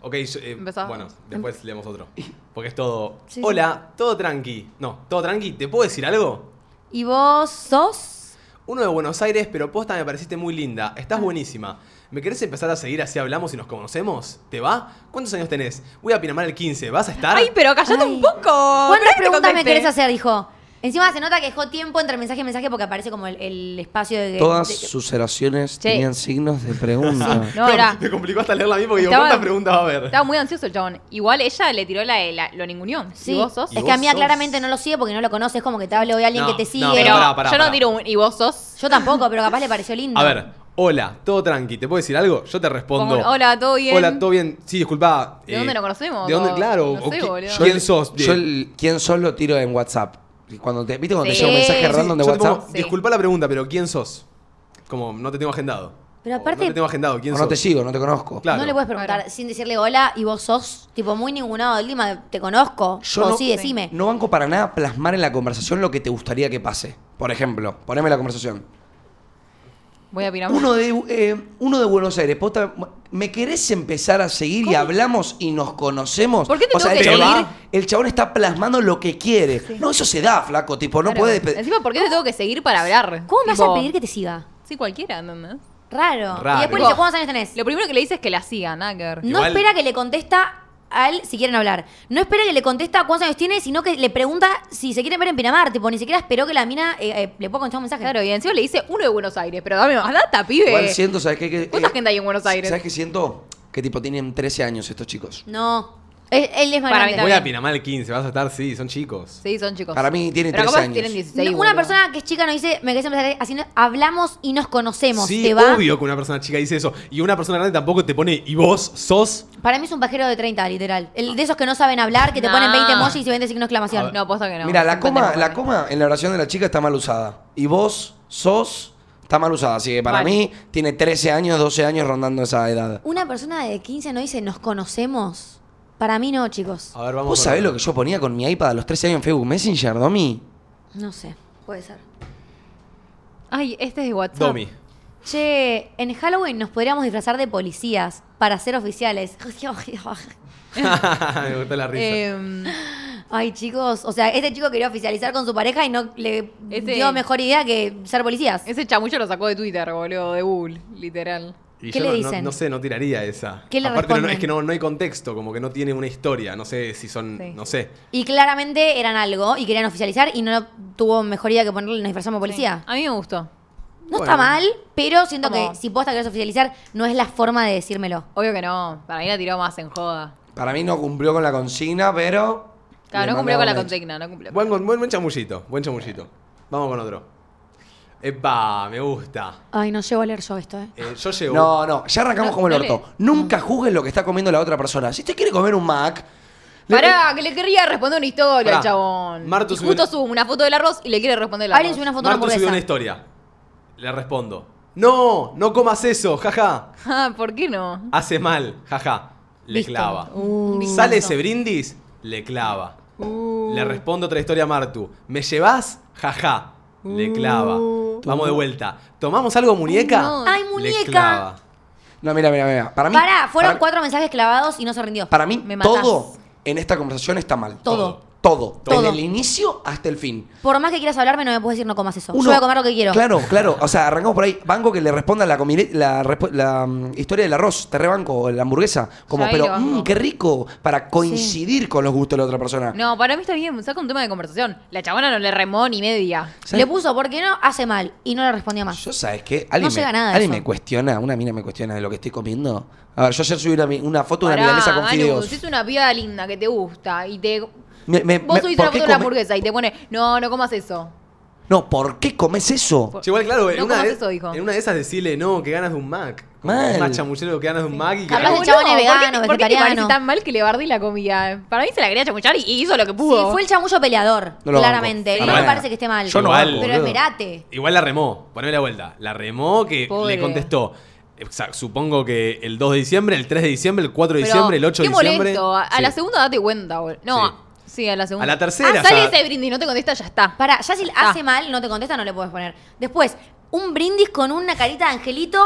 ok, yo- eh,
Empezá. Em-
bueno, después leemos otro. Porque es todo.
Sí, sí.
Hola, todo tranqui. No, todo tranqui. ¿Te puedo decir algo?
¿Y vos sos?
Uno de Buenos Aires, pero posta me pareciste muy linda. Estás
Ah.
buenísima. ¿Me querés empezar a seguir así hablamos y nos conocemos? ¿Te va? ¿Cuántos años tenés? Voy a Pinamar el 15. ¿Vas a estar?
Ay, pero callate un
Ay.
poco. Esperá
¿Cuántas
que te
preguntas me
conteste.
querés hacer? Dijo. Encima se nota que dejó tiempo entre mensaje y mensaje porque aparece como el, el espacio de...
Todas
de-
sus oraciones
Che.
tenían signos de pregunta.
No, era.
Me complicó hasta leerla a mí porque digo,
Estaba-
¿cuántas preguntas va a haber?
Estaba muy ansioso el chabón. Igual ella le tiró la, la lo ningunió.
Sí,
¿Y vos sos?
¿Y
es que
vos
a mí
sos?
claramente no lo sigue porque no lo conoces, como que te hable hoy a alguien
No,
que te
no,
sigue.
Pero
pará, pará,
yo
pará.
no tiro un. ¿Y vos sos?
Yo tampoco, pero capaz le pareció lindo.
A ver, hola, todo tranqui, ¿te puedo decir algo? Yo te respondo.
Como, "Hola, ¿todo bien?"
Hola, todo bien. Sí, disculpa. eh,
¿De dónde nos conocemos?
¿De dónde?
O-
Claro.
no
o
sé,
qui-
boludo.
¿Quién sos?
Yo el quién sos lo tiro en WhatsApp. Y Cuando te, ¿Viste cuando te
Sí.
llega un mensaje
Eh,
Sí,
random de
yo te pongo,
WhatsApp?
Sí.
Disculpa la pregunta, pero ¿quién sos? Como no te tengo agendado.
Pero
O
aparte-
No te tengo agendado, ¿quién
O
sos?
no te sigo, no te conozco.
Claro.
No le puedes preguntar
Claro.
sin decirle hola y vos sos, tipo, muy ningunado del Lima, te conozco.
Yo
o
no-
sí, decime.
No banco para nada plasmar en la conversación lo que te gustaría que pase. Por ejemplo, poneme la conversación.
Voy a Piramar.
Uno de, eh, uno de Buenos Aires, posta, ¿me querés empezar a seguir y hablamos y nos conocemos?
¿Por qué te
o sea,
tengo
el
que
chabón,
seguir?
el chabón está plasmando lo que quiere. No, eso se da, flaco, tipo, no
Claro.
puede...
Encima, ¿por qué te tengo que seguir para hablar?
¿Cómo me vas a
Tipo,
pedir que te siga?
Sí, cualquiera, ¿entendés?
Raro.
Raro.
Y después le dice,
Tipo,
¿cuántos años tenés?
Lo primero que le dices es que la siga, nada que ver.
No
Igual-
espera que le contesta a él si quieren hablar. No espera que le contesta cuántos años tiene, sino que le pregunta si se quieren ver en Pinamar. Tipo, ni siquiera esperó que la mina eh, eh, le pueda contestar un mensaje.
Claro, y encima le dice uno de Buenos Aires, pero dame más data, pibe.
Igual siento, ¿sabes qué? Que,
¿Cuánta
eh,
gente hay en Buenos Aires?
¿Sabes qué siento? Que tipo tienen 13 años estos chicos.
No. Él, él es más
Para mí
grande.
Voy
también.
a Pinamar el 15, vas a estar, sí, son chicos.
Sí, son chicos.
Para mí tienen
Pero
13
capaz
años.
tienen 16.
No, una
boludo.
persona que es chica no dice, me querés empezar así, no- hablamos y nos conocemos.
Sí,
¿Te va?
obvio que una persona chica dice eso. Y una persona grande tampoco te pone, ¿y vos sos?
Para mí es un pajero de 30, literal. El de esos que no saben hablar, que te
No.
ponen 20 emojis y 20 signos de exclamación.
No, posta que no.
Mira, la
Son
coma,
pendejos,
la
¿no?
coma en la oración de la chica está mal usada. Y vos sos, está mal usada. Así que para
Vale.
mí tiene 13 años, 12 años rondando esa edad.
Una persona de 15 no dice, nos conocemos. Para mí no, chicos.
A ver, vamos.
¿Vos
con
sabés
otro.
lo que yo ponía con mi iPad a los 13 años en Facebook Messenger, Domi?
No sé, puede ser.
Ay, este es de WhatsApp.
Eh,
Domi.
Che, en Halloween nos podríamos disfrazar de policías para ser oficiales.
Me gustó la risa.
Em,
Ay, chicos, o sea, este chico quería oficializar con su pareja y no le
Ese-
dio mejor idea que ser policías.
ese chamullo lo sacó de Twitter, boludo, de Google, literal.
Y
¿qué
yo
le
no- no-
dicen?
No, sé, no tiraría esa.
¿Qué le
Aparte, no- no,
responden?
es que no, no hay contexto, como que no tiene una historia. No sé si son,
Sí.
no sé.
Y claramente eran algo y querían oficializar y no tuvo mejor idea que ponerle nos disfrazamos de policía.
A mí me gustó.
No
Bueno.
está mal, pero siento
Como-
que si posta querés oficializar, no es la forma de decírmelo.
Obvio que no. Para mí la tiró más en joda.
Para mí no cumplió con la consigna, pero.
Claro,
le
no cumplió con la
mandaba un like.
consigna, no cumplió.
Buen, buen, buen chamullito, buen chamullito. Vamos con otro. Epa, me gusta.
Ay, no llego a leer yo esto, eh.
Eh, yo llego.
No, no, ya arrancamos
No,
como el
dale. Mm.
orto. Nunca juzgues lo que está comiendo la otra persona. Si usted quiere comer un Mac. le- eh,
Pará, que le quería responder una historia
Pará.
al chabón.
Marto
y
subió
justo
una-
sube una foto del arroz y le quiere responder la
Alguien subió una foto de una
Marto subió una
hamburguesa.
historia. Le respondo. No, no comas eso, jaja.
Ah, ¿por qué no?
Hace mal, jaja. Le
Listo.
clava.
Uh,
Un vistazo.
Sale ese brindis, le clava.
Uh.
Le respondo otra historia a Martu. ¿Me llevas? Jaja. Le clava. Vamos de vuelta. ¿Tomamos algo, muñeca?
no.
Uh. Ay,
Le
muñeca.
clava.
No, mira, mira, mira. Para mí.
Pará, fueron
para-
cuatro mensajes clavados y no se rindió.
Para mí,
Me matás.
todo en esta conversación está mal.
Todo.
Todo.
Todo.
Desde el inicio hasta el fin.
Por más que quieras hablarme, no me puedes decir no comas eso.
Uno-
Yo voy a comer lo que quiero.
Claro, claro. O sea, arrancamos por ahí. Banco que le responda la, comile- la, respu- la, mm, historia del arroz, te rebanco, la hamburguesa. Como,
Ya ahí lo
pero,
banco.
mm, qué rico. Para coincidir con los gustos de la otra persona.
No, para mí está bien, saca un tema de conversación. La chabona no le remó ni media.
Le puso porque no hace mal y no le respondió más.
Yo, ¿sabes qué? Alguien,
No
me,
llega nada de
alguien
eso.
me cuestiona, una mina me cuestiona de lo que estoy comiendo. A ver, yo ayer subí una, mi- una foto de una
Pará,
milanesa con
Manu,
fideos.
si es una piba linda que te gusta y te.
Me- me-
Vos
me-
subís
¿por
una foto
qué
de la
come-
hamburguesa y te pone, no, no comas eso.
No, ¿por qué comes eso?
Por-
Che, igual, claro, en,
No
una
comas
de,
eso, hijo.
en una de esas decirle, no, que ganas de un Mac. Como
Mal.
Es más chamullero que ganas de un Mac y que
Capaz
ganas-
el chabón es
¿por qué te-
vegano,
¿por qué te parece
vegetariano?
tan mal que le bardí la comida? Para mí se la quería chamuchar y y hizo lo que
Sí,
pudo.
fue el chamullo peleador,
No lo banco. Ah,
claramente. No
Arranca.
me parece que esté mal.
Yo no banco,
Pero
boludo.
esperate.
Igual la remó, poneme la vuelta. La remó que
Pobre.
le contestó. eh, o sea, supongo que el 2 de diciembre, el 3 de diciembre, el 4 de
Pero,
diciembre, el 8 de
qué
diciembre.
molesto. A, a la
Sí.
segunda date cuenta, bol- No,
Sí.
sí, a la segunda.
A la tercera,
Ah, sale
ya-
ese brindis, no te contesta, ya está.
Para, ya si hace
Ah.
mal, no te contesta, no le puedes poner. Después, un brindis con una carita de angelito,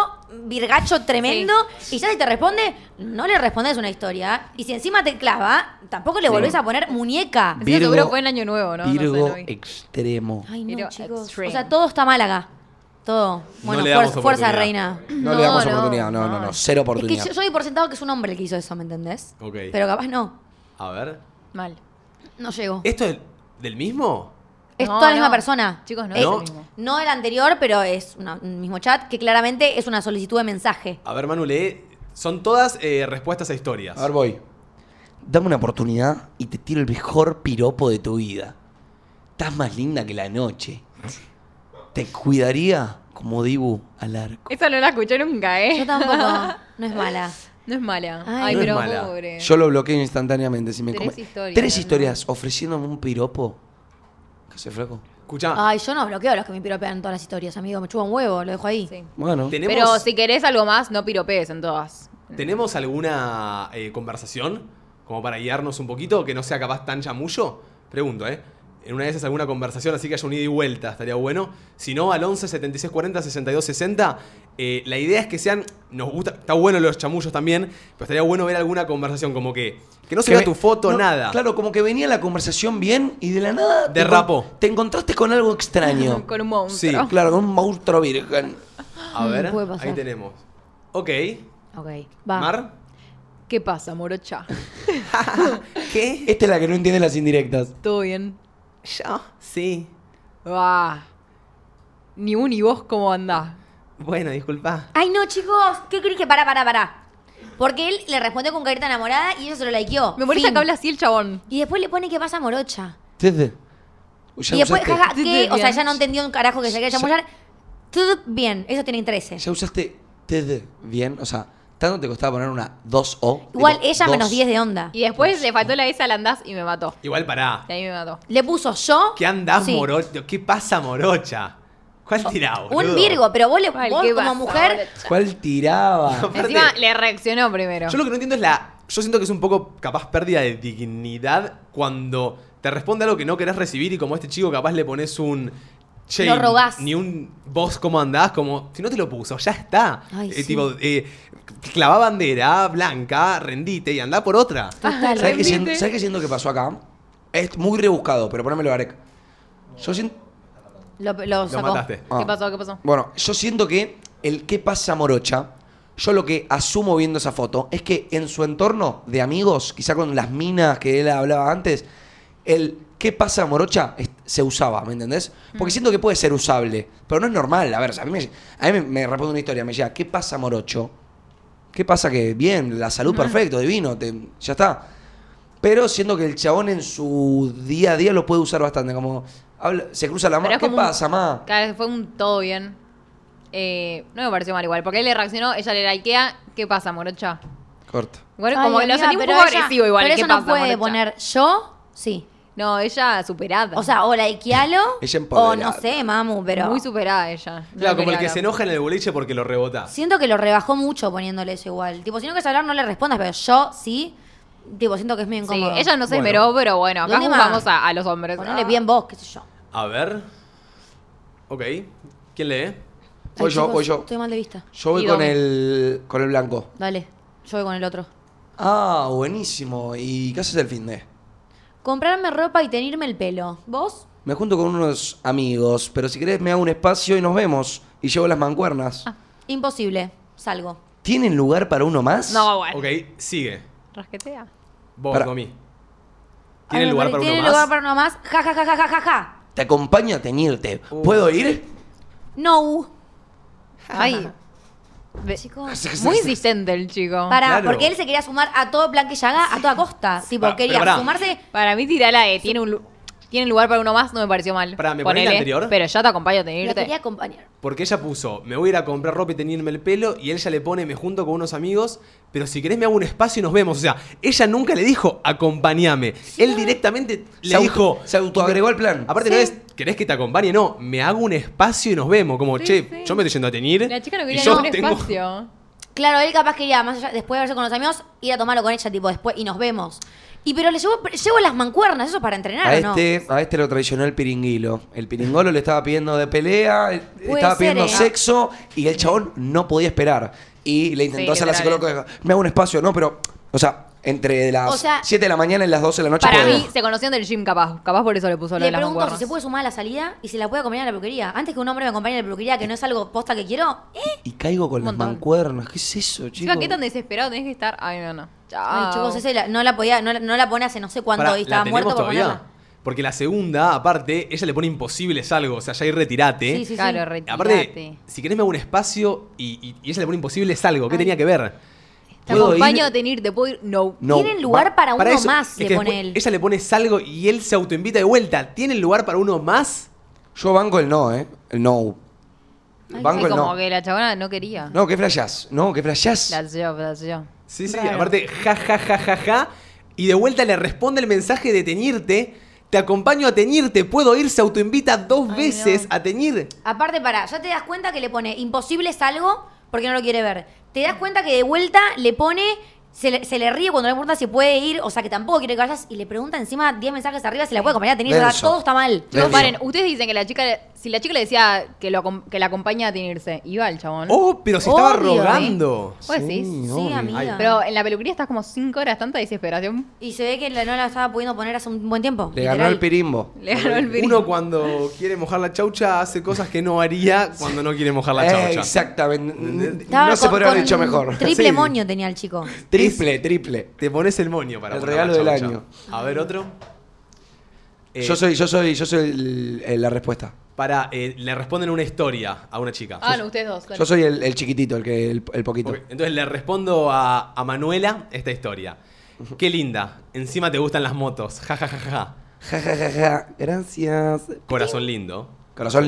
virgacho tremendo, y ya si te responde, no le respondes una historia. Y si encima te clava, tampoco le volvés a poner muñeca.
Sí, seguro fue en Año Nuevo, ¿no? No sé,
Virgo
no vi.
extremo.
Ay, no,
Pero
chicos.
extreme.
O sea, todo está mal acá. Todo.
No
Bueno,
le damos
fuerza, fuerza,
oportunidad.
reina.
No, le damos
no,
oportunidad, no, no, no,
no.
cero
Es que
oportunidad.
yo, yo doy por sentado que es un hombre el que hizo eso, ¿me entendés?
Ok.
Pero capaz no.
A ver.
Mal.
No llegó.
¿Esto es del mismo?
Es
No,
toda la misma
no.
persona.
Chicos, no
es
no.
el
mismo.
No el anterior, pero es una- un mismo chat que claramente es una solicitud de mensaje.
A ver, Manu, lee. Son todas eh, respuestas a historias.
A ver, voy. Dame una oportunidad y te tiro el mejor piropo de tu vida. Estás más linda que la noche. Te cuidaría como Dibu al arco.
Esa no la escuché nunca, ¿eh?
Yo tampoco. No es mala.
No es mala.
Ay,
Ay,
No es
pero
mala.
pobre.
Yo lo bloqueo instantáneamente si me
Tres
come-
historias,
Tres
¿no?
historias ofreciéndome un piropo. ¿Qué se flaco?
Ah,
Escuchá,
Ay, yo no bloqueo a los que me piropean todas las historias, amigo. Me chupa un huevo, lo dejo ahí.
Sí.
Bueno.
tenemos.
Pero si querés algo más, no piropees en todas.
¿Tenemos alguna eh, conversación como para guiarnos un poquito que no sea capaz tan chamullo? Pregunto, ¿eh? En una de esas alguna conversación, así que haya un ida y vuelta, estaría bueno. Si no, al 11 76 40 62 60. eh, la idea es que sean. Nos gusta. Está bueno los chamullos también, pero estaría bueno ver alguna conversación como que. Que no se vea
ve-
tu foto,
no,
nada.
Claro, como que venía la conversación bien y de la nada. te encon-
Derrapó.
Te encontraste con algo extraño.
Con un monstruo.
Sí.
Ah, Claro, con un monstruo virgen.
A ver,
puede pasar.
ahí tenemos. Ok.
Ok, va.
Mar.
¿Qué pasa, morocha?
¿Qué?
Esta es la que no entiende las indirectas.
¿Todo bien?
Yo. Sí.
Ah, ni un ni vos cómo andás.
Bueno, disculpa.
Ay, no, chicos. ¿Qué crees que para, para, para? Porque él le respondió con carita enamorada y ella se lo likeó.
Me molesta
Fin.
que habla así el chabón.
Y después le pone que pasa morocha.
Desde. Ya
y después,
usaste-
jaja,
Sí,
¿qué?
sí,
O sea,
bien.
ella no entendió un carajo que se quería chamullar. Todo bien, eso tiene 13.
Ya usaste TED bien, o sea, tanto te costaba poner una 2O.
Igual
Digo,
ella
dos.
menos 10 de onda.
Y después le faltó la esa al andás y me mató.
Igual pará.
Y ahí me mató.
Le puso yo.
¿Qué andás,
Sí. Oh,
morocha? ¿Qué pasa, morocha? ¿Cuál tirá, boludo?
Un Virgo, pero vos, le,
Ay,
vos
qué
como
vas,
mujer.
ahora.
¿Cuál tiraba?
Aparte,
Encima le reaccionó primero.
yo lo que no entiendo es la. Yo siento que es un poco capaz pérdida de dignidad cuando te responde algo que no querés recibir y como este chico capaz le pones un. Che,
Lo robás.
Ni un vos cómo andás, como. Si no te lo puso, ya está.
Ay,
Eh,
sí.
Tipo, eh, clavá bandera blanca, rendite y andá por otra.
Total.
¿Sabes qué
Remite.
siento, ¿sabes qué siento que pasó acá? Es muy rebuscado, pero ponémelo, Arek. Yo siento.
Lo, lo
Lo
sacó.
mataste.
Ah.
¿Qué pasó? ¿Qué pasó?
Bueno, yo siento que el qué pasa morocha, yo lo que asumo viendo esa foto es que en su entorno de amigos, quizá con las minas que él hablaba antes, el qué pasa morocha es- se usaba, ¿me entendés?
Mm.
Porque siento que puede ser usable, pero no es normal. A ver, o sea, a mí me, a mí me- me responde una historia, me llega, ¿qué pasa morocho? ¿Qué pasa que bien, la
Mm.
salud perfecto, divino, te- ya está? Pero siento que el chabón en su día a día lo puede usar bastante, como habla- se cruza la
Pero
mano,
es
¿qué
como un-
pasa, ma?
Cada vez fue un todo bien. Eh, no me pareció mal igual, porque él le reaccionó, ella le likea. ¿Qué pasa, morocha?
Corta.
Igual
Ay,
como que lo
amiga,
sentí un
pero
poco
ella-
agresivo igual.
Pero
¿Qué
eso
pasa,
no puede
morocha?
poner yo, sí.
No, ella superada.
O sea, o likealo.
Ella
o
empoderada.
no sé, mamu, pero.
Muy superada ella. No
Claro,
la
como el que
pelearon.
se enoja en el boliche porque lo rebotás.
Siento que lo rebajó mucho poniéndole eso igual. Tipo, si no quieres hablar, no le respondas, pero yo sí. Tipo, siento que es medio
Sí,
incómodo.
ella no se
Bueno.
esmeró, pero bueno, acá
¿Dónde
juzgamos
va?
a, a los hombres.
Ponele
Ah.
bien vos, qué sé yo.
A ver. Ok. ¿Quién lee?
Voy
Ay,
yo,
chicos,
voy yo.
Estoy mal de vista.
Yo voy
¿Y
con
dónde?
el, con el blanco.
Dale, yo voy con el otro.
Ah, buenísimo. ¿Y qué haces el fin de?
comprarme ropa y tenerme el pelo. ¿Vos?
Me junto con unos amigos, pero si querés me hago un espacio y nos vemos. Y llevo las mancuernas.
Ah. Imposible. Salgo.
¿Tienen lugar para uno más?
Ah. No, bueno.
Ok, sigue.
Rasquetea.
Vos,
Pará.
Domi. ¿Tiene
Ay,
lugar
Mari,
para uno
¿Tiene
más?
lugar para uno más? Ja, ja, ja, ja, ja, ja, ja.
Te acompaño a teñirte.
Uh.
¿Puedo ir?
No.
Ay. Ve-
Chicos.
Muy insistente el chico.
Para,
Claro.
porque él se quería sumar a todo plan que ella haga, a toda costa. Tipo,
Pará,
quería
pero pará.
sumarse.
Para mí tirala E. Tiene, un, lu- tiene lugar para uno más, no me pareció mal.
Pará, ¿me ponés la
Ponele,
anterior?
Pero ya te acompaño a
La
tenirte.
quería acompañar.
Porque ella puso, me voy a ir a comprar ropa y teñirme el pelo, y ella le pone, me junto con unos amigos, pero si querés me hago un espacio y nos vemos. O sea, ella nunca le dijo, acompáñame. Él directamente le
Se auto-
dijo...
se autoagregó al plan.
Aparte no es, querés que te acompañe, no, me hago un espacio y nos vemos. Como,
Sí,
che,
sí.
yo me estoy yendo a teñir.
La chica no
¿Eh? y
quería
yo
ningún
tengo-
espacio.
Claro, él capaz quería, más allá, después de verse con los amigos, ir a tomarlo con ella, tipo, después, y nos vemos. Y pero le llevo, llevo las mancuernas, eso es para entrenar,
A
¿o ¿no?
este, a este lo traicionó el piringuilo. El piringolo le estaba pidiendo de pelea, le
Puede
estaba
ser,
pidiendo
¿eh?
sexo y el chabón no podía esperar. Y le intentó
Sí,
hacer la
literal.
psicóloga. Me hago un espacio, no, pero. O sea, entre las
O sea,
7 de la mañana y las 12 de la noche.
Para
podemos.
mí, se conocían del gym capaz. Capaz por eso le puso lo de
Le
las
pregunto si
mancuernas.
se puede sumar a la salida y si la puede acompañar a la peluquería. Antes que un hombre me acompañe a la peluquería, que no es algo posta que quiero, ¿eh?
Y caigo con
Un
las
montón.
mancuernas. ¿Qué es eso, chicos?
Chica, ¿qué tan desesperado tenés que estar? Ay, no, no. Chao.
Ay, chicos, ese la- no la podía, no, la- no la pone hace no sé cuánto
Pará,
y
¿la
estaba
tenemos
muerto por
todavía?
ponerla.
Porque la segunda, aparte, ella le pone imposibles algo, o sea, ya ahí retirate.
Sí, sí, sí.
Claro, retirate.
Aparte, si querés me hago un espacio y, y- y ella le pone imposibles algo, ¿qué tenía que ver?
Te
¿Puedo
acompaño
ir?
a tenirte, puedo ir. No.
No,
Tienen lugar para uno
eso-
más,
es
le
que
pone
después
él.
Ella le pone algo y él se autoinvita de vuelta. ¿Tiene lugar para uno más?
Yo banco el no, ¿eh? El no.
Ay,
banco
Sí,
el
como
no.
que la chabona no quería.
No, ¿qué flashás? No, ¿qué flashás?
La yo, la yo.
Sí, sí. Aparte, ja, ja, ja, ja, ja. Y de vuelta le responde el mensaje de teñirte. Te acompaño a teñirte. Puedo ir, se autoinvita dos veces a teñir.
Aparte, para, ya te das cuenta que le pone imposible es algo porque no lo quiere ver. Te das cuenta que de vuelta le pone, se le, se le ríe cuando le pregunta si puede ir, o sea que tampoco quiere que vayas, y le pregunta encima 10 mensajes arriba si la puede acompañar a tener. O sea,
Denso.
todo está mal.
Denso.
Chicos, paren, ustedes dicen que la chica, si la chica le decía que, lo, acom- que la acompaña a tenirse, iba el chabón.
Oh, pero se estaba
Obvio, ¿eh?
rogando.
Pues sí.
Sí,
obvio.
amiga.
Ay,
Pero en la peluquería estás como 5 horas, tanta desesperación.
Y se ve que la- no la estaba pudiendo poner hace un buen tiempo.
Le ganó
literal.
el pirimbo.
Le ganó el virus.
Uno cuando quiere mojar la chaucha hace cosas que no haría cuando no quiere mojar la
Eh,
chaucha.
exactamente.
Estaba
no se
con-
podría haber
con
dicho mejor.
Triple
Sí.
moño tenía el chico.
Triple, triple.
Te pones el moño para
El
mojar la
regalo del
chaucha.
año.
A ver, otro. Eh,
Yo soy, yo soy, yo soy el- el- la respuesta.
Para, eh, le responden una historia a una chica.
Ah, no, ustedes dos. dale.
Yo soy el, el chiquitito, el que el, el poquito.
Ok, Entonces le respondo a, a Manuela esta historia. Qué linda. Encima te gustan las motos. Ja, ja, ja, ja, ja.
Ja, ja, ja, ja. Gracias.
Corazón lindo.
Corazón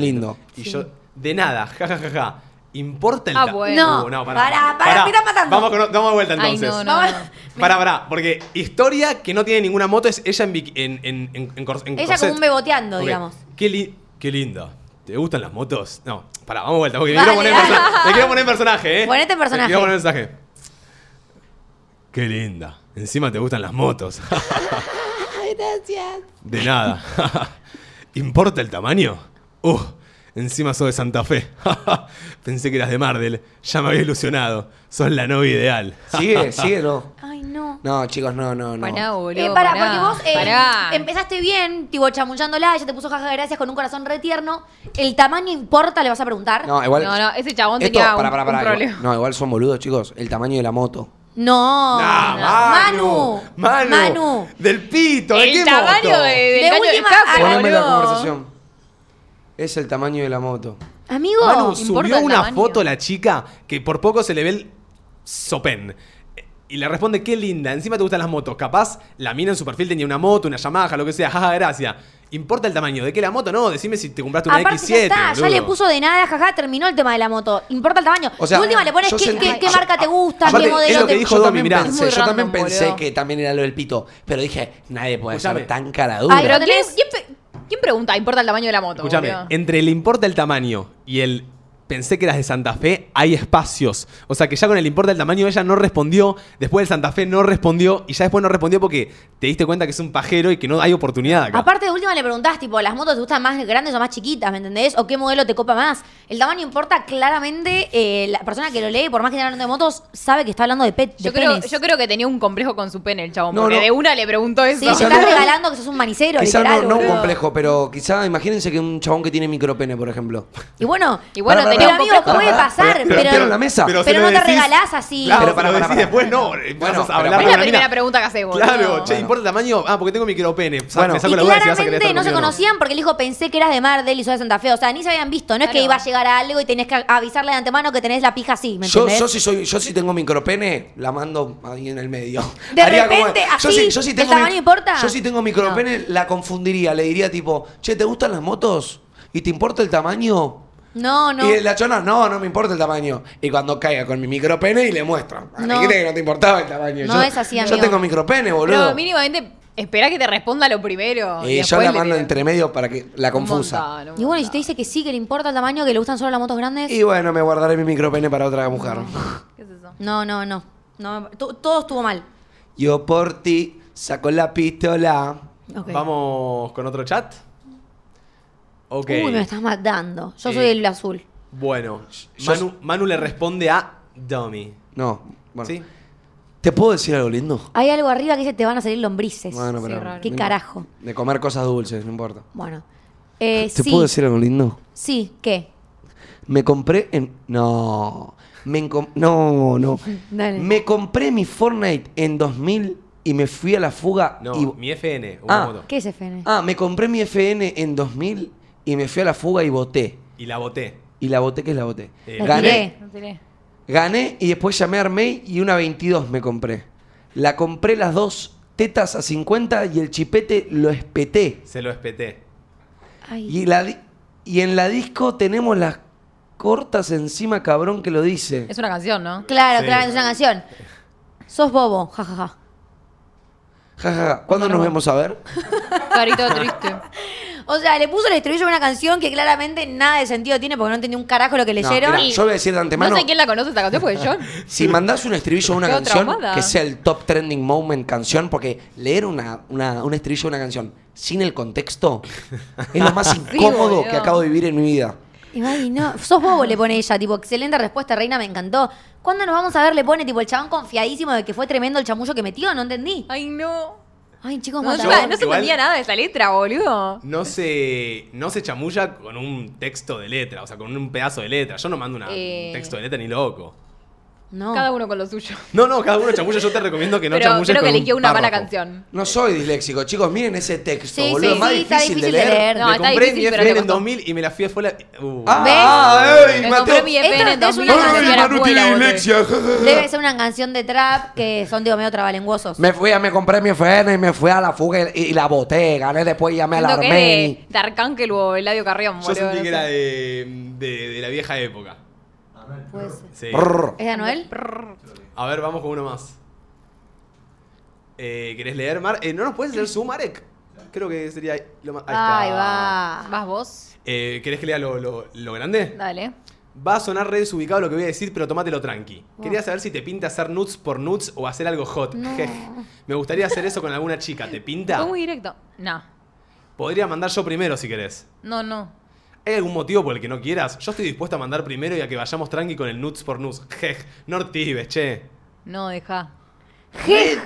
lindo.
Y yo, de nada. Ja, ja, ja, ja. Importa el
Ah,
ta-
bueno.
Uh, no, pará.
Pará, pará, me estás matando.
Vamos, con, vamos de vuelta
Ay,
entonces.
no, no, no.
Pará, pará, porque historia que no tiene ninguna moto es ella en, biqui- en, en, en, en cor- en
Ella
corset.
como un beboteando,
Ok.
digamos.
Qué, li- qué linda. ¿Te gustan las motos? No, pará, vamos de vuelta, porque me,
Vale,
quiero poner en
dale.
persona- me quiero poner en personaje, ¿eh?
Ponete en
Me
personaje.
quiero poner en personaje. Qué linda. Encima te gustan las motos. De nada. ¿Importa el tamaño? Uh, encima sos de Santa Fe. Pensé que eras de Mardel. Ya me había ilusionado. Sos la novia ideal.
Sigue, sigue, no.
Ay, no.
No, chicos, no, no, no.
Pará, boludo.
Eh, para,
pará,
porque vos eh,
pará.
empezaste bien, tipo chamullándola, ella te puso jaja gracias con un corazón retierno. ¿El tamaño importa? ¿Le vas a preguntar?
No, igual.
No, no, ese chabón
Esto,
tenía un-
pará, pará,
un
pará, igual-
problema.
no, igual son boludos, chicos. El tamaño de la moto.
No.
Ah,
Manu.
Manu.
Manu.
Del pito. ¿de qué
el tamaño
moto?
de, del
De
caño del
última,
caco,
Ay,
Poneme la
Ah, boludo.
conversación. Es el tamaño de la moto.
Amigo.
Manu
importa
subió
el
una
tamaño.
foto a la chica que por poco se le ve el sopén. Y le responde, qué linda, encima te gustan las motos. Capaz la mina en su perfil tenía una moto, una Yamaha, lo que sea, jaja, gracias. ¿Importa el tamaño? ¿De qué la moto? No, decime si te compraste una
Aparte,
X7.
ya está, ya
boludo.
le puso de nada, jaja, terminó el tema de la moto. Importa el tamaño.
O sea,
De última le pones
yo
qué,
sentí-
qué- qué
yo-
marca te gusta,
aparte,
qué
es
modelo
lo que
te
dijo
yo
Domi,
también
mirá.
pensé,
Es muy
yo
random,
también pensé
boludo.
que también era lo del pito, pero dije, nadie puede
Escuchame.
ser tan cara dura.
Ay,
Pero
no
¿quién,
tenés-
quién pe- quién pregunta? ¿Importa el tamaño de la moto?
Escúchame,
boludo?
entre el importa el tamaño y el pensé que eras de Santa Fe, hay espacios. O sea que ya con el importa del tamaño ella no respondió, después el Santa Fe no respondió y ya después no respondió porque te diste cuenta que es un pajero y que no hay oportunidad acá.
Aparte de última le preguntás, tipo, ¿las motos te gustan más grandes o más chiquitas? ¿Me entendés? ¿O qué modelo te copa más? El tamaño importa claramente. eh, la persona que lo lee, por más que esté hablando de motos, sabe que está hablando de pet.
Yo
de
creo,
penes.
yo creo que tenía un complejo con su pene el chabón,
No,
porque
no.
de una le preguntó eso.
Sí, te
Quizá
estás
no-
regalando que sos un manicero,
Quizá
literal,
no, no un
boludo.
complejo, pero quizá imagínense que un chabón que tiene micropene, por ejemplo.
Y bueno,
Y bueno,
Pará,
tenía
pero
pará,
un
amigo,
complejo.
puede
pará,
pasar,
pará,
pero,
pero en la mesa.
pero
se
no
lo
te regalás así.
Claro,
Pero
pero
pará,
lo decís
pará, pará.
después, no.
Bueno,
Bueno, a
pero
hablar
pará.
con
Es la
mina.
primera pregunta que haces, boludo.
Claro, che,
Bueno.
¿importa el tamaño? Ah, porque tengo micropene. Sa-
Bueno.
me saco
Y
la duda si vas a querer
claramente
estar
no se
conmigo o
conocían porque el hijo pensé que eras de Mar del y sos de Santa Fe. O sea, ni se habían visto. No es que
Claro.
iba a llegar a algo y tenés que avisarle de antemano que tenés la pija así, ¿me
Yo,
entendés?
yo, si soy, yo si tengo micropene, la mando ahí en el medio.
De
Haría como-
repente,
yo si-
así,
yo si
¿el
tengo
tamaño
mi-
importa?
Yo si tengo micropene, la confundiría. Le diría tipo, che, ¿te gustan las motos? ¿Y te importa el tamaño?
No, no.
Y la chona, no, no me importa el tamaño. Y cuando caiga con mi micropene y le muestro. ¿A
No.
dijiste que no te importaba el tamaño.
No
yo,
es así,
Yo
amigo.
tengo micropene, boludo.
Pero mínimamente espera que te responda lo primero.
y yo
después
la
le
mando
tiras.
entre medio para que la
Un
confusa.
montón, un
Y bueno, y si
montón.
te dice que sí, que le importa el tamaño, que le gustan solo las motos grandes.
Y bueno, me guardaré mi micropene para otra mujer.
¿Qué es eso?
No, no, no. no to- todo estuvo mal.
Yo por ti saco la pistola.
no. Vamos con otro chat. Ok.
Uh,
Uy, me estás matando. Yo soy
Eh.
el azul.
Bueno,
Yo-
Manu, Manu le responde a Dummy.
No, bueno.
¿Sí?
¿Te puedo decir algo lindo?
Hay algo arriba que dice te van a salir lombrices.
Bueno,
Sí,
pero.
raro.
¿Qué
no
carajo?
importa. De comer cosas dulces, no importa.
Bueno. Eh,
¿Te
sí,
puedo decir algo lindo?
sí, ¿qué?
Me compré en. No. Me encom- No, no.
Dale.
Me compré mi Fortnite en 2000 y me fui a la fuga.
No,
y...
mi FN, una
Ah.
moto.
¿Qué es FN?
Ah, me compré mi FN en 2000 y me fui a la fuga y voté.
Y la boté.
Y la voté, ¿qué es la voté?
Eh,
La
gané,
tiré.
No tiré.
gané y después llamé a Armey y una 22 me compré. La compré las dos tetas a 50 y el chipete lo espeté.
Se lo espeté.
Ay.
Y, la di- y en la disco tenemos las cortas encima, cabrón, que lo dice.
Es una canción, ¿no?
Claro,
Sí.
claro, es una canción. Sos bobo, jajaja.
Ja, ja, ja. ¿Cuándo nos vemos a ver?
Carito triste.
O sea, le puso el estribillo de una canción que claramente nada de sentido tiene porque no entendí un carajo lo que
No,
leyeron.
mira, yo voy a decir de antemano,
No sé quién la conoce esta canción, porque yo.
si mandás un estribillo a una
Quedo
canción,
traumada.
que sea el top trending moment canción, porque leer una, una- un estribillo de una canción sin el contexto es lo más incómodo
boludo.
que acabo de vivir en mi vida.
Y va, y no, sos bobo, le pone ella, tipo, excelente respuesta, reina, me encantó. ¿Cuándo nos vamos a ver? Le pone, tipo, el chabón confiadísimo de que fue tremendo el chamullo que metió, no entendí.
Ay, no.
Ay, chicos,
No,
mata.
encima, no se
igual-
entendía nada de esa letra, boludo.
No se, no se chamulla con un texto de letra, o sea, con un pedazo de letra. Yo no mando una-
Eh.
un texto de letra ni loco.
No.
Cada uno con lo suyo.
No, no, cada uno chamulla. Yo te recomiendo que no
Pero
chamulles
creo
con
que
un
eligió una mala
párrafo.
canción.
No soy disléxico, chicos, miren ese texto,
Sí,
boludo,
sí,
es más
sí, está
difícil, de
difícil
leer.
de leer.
No,
Me
Ah, está
compré mi
difícil, pero
FN
te
en
costó.
2000 y me la fui afuera. Uh.
Ah,
¿Ves?
ah, ey,
Me
Mateo.
compré mi
Esto
EPN en
es una
2000
Ay, canción,
era
Manu
abuela, boludo.
Debe ser una canción de trap que son, digo, medio trabalenguosos.
Me fui a, me compré mi FN y me fui a la fuga y, y la boté, gané después llamé a la
Siento que es
Armey.
de, de Arcángel o Eladio Carrión,
Yo
boludo.
sentí que
no sé.
era de, de- de la vieja época.
Puede ser.
Sí.
Brr.
¿Es de Anuel?
A ver, vamos con uno más. Eh, ¿Querés leer, Mar? Eh, ¿No nos puedes leer su, Marek? Creo que sería lo más. Ahí
Ay,
está.
va.
¿Vas vos?
Eh, ¿Querés que lea lo, lo- lo grande?
Dale.
Va a sonar re desubicado lo que voy a decir, pero tomátelo tranqui. Quería saber si te pinta hacer nuts por nuts o hacer algo hot. Jej. Me gustaría hacer eso con alguna chica. ¿Te pinta?
Fue muy directo. No.
Podría mandar yo primero si querés.
No, no.
¿Hay algún motivo por el que no quieras? Yo estoy dispuesto a mandar primero y a que vayamos tranqui con el nuts por nuts. Jej, no ortibes, che.
No, deja.
Je-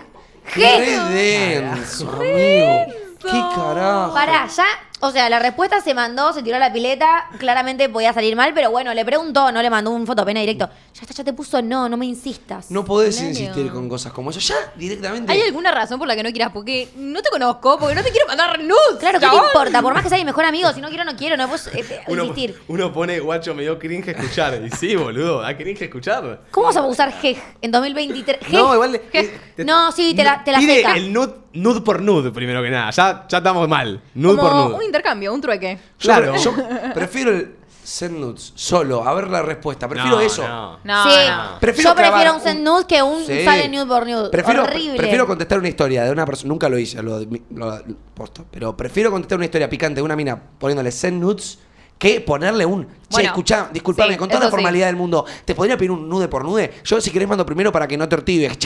Qué
je-
denso, amigo. Qué carajo.
Pará, ya, o sea, la respuesta se mandó, se tiró a la pileta, claramente podía salir mal, pero bueno, le preguntó, no le mandó un fotopena directo. Ya está, ya te puso no, no me insistas.
No podés
Claro.
insistir con cosas como eso. Ya, directamente.
¿Hay alguna razón por la que no quieras? Porque no te conozco, porque no te quiero mandar nudes.
Claro, ¿qué te
chabón.
importa? Por más que sea mi mejor amigo, si no quiero, no quiero, no puedo eh,
Uno,
insistir.
uno pone, guacho, me dio cringe escuchar. Y sí, boludo, da cringe escuchar.
¿Cómo vas a usar jej en 2023? Jej.
No, igual.
E
eh,
E No, sí, te la- te la
Pide
seca.
el nude, nude por nude, primero que nada. Ya, ya estamos mal. Nude por
Como
nude.
un intercambio, un trueque.
Yo
Claro.
pre- yo prefiero el send nudes solo, a ver la respuesta. Prefiero
No,
eso.
no.
No,
sí,
no.
Prefiero
yo prefiero
clavar
un send
un-
nude que un
Sí.
sale nude por nude.
Prefiero,
Horrible.
prefiero contestar una historia de una persona. Nunca lo hice, lo, lo- lo- posta. Pero prefiero contestar una historia picante de una mina poniéndole send nudes que ponerle un. Che,
Bueno,
escuchá, disculpame,
sí,
con toda
eso
la
sí.
formalidad del mundo, ¿te podría pedir un nude por nude? Yo, si querés, mando primero para que no te ortibes.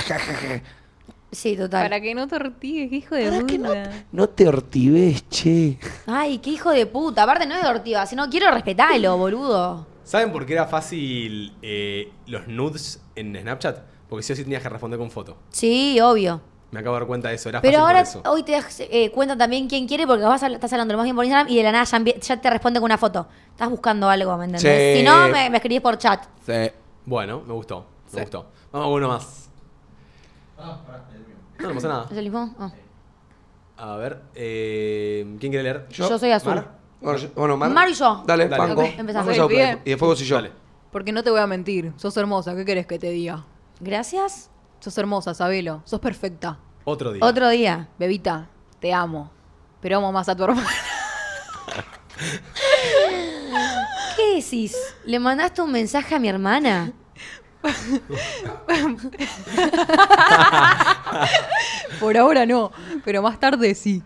Sí, total.
Para que no te ortigues, hijo de
Para
puta.
que no, no te ortibes, che.
Ay, qué hijo de puta. Aparte no es de ortiva, sino quiero respetarlo, boludo.
¿Saben por qué era fácil eh, los nudes en Snapchat? Porque sí o sí tenías que responder con foto.
Sí, obvio.
Me acabo de dar cuenta de eso. Era
Pero
fácil
ahora
por eso.
hoy te das eh, cuenta también quién quiere porque vas a, estás hablando lo más bien por Instagram y de la nada ya, empie- ya te responde con una foto. Estás buscando algo, ¿me entendés?
Sí.
Si no, me, me escribís por chat.
Bueno, me gustó. Me gustó. Vamos a uno más. No, no pasa nada.
¿Es el mismo? Ah.
A ver, eh, ¿quién quiere leer?
Yo soy azul.
Mar.
Bueno, yo- bueno, Mar.
Mar y yo.
Dale,
Dale.
banco.
Ok, empezamos.
Vamos
Soy
a-
bien.
Y después vos y yo.
Dale.
Porque no te voy a mentir. Sos hermosa. ¿Qué querés que te diga?
Gracias.
Sos hermosa, sabelo. Sos perfecta.
Otro día.
Otro día.
Bebita, te amo. Pero amo más a tu hermana.
¿Qué decís? ¿Le mandaste un mensaje a mi hermana?
Por ahora no, pero más tarde sí.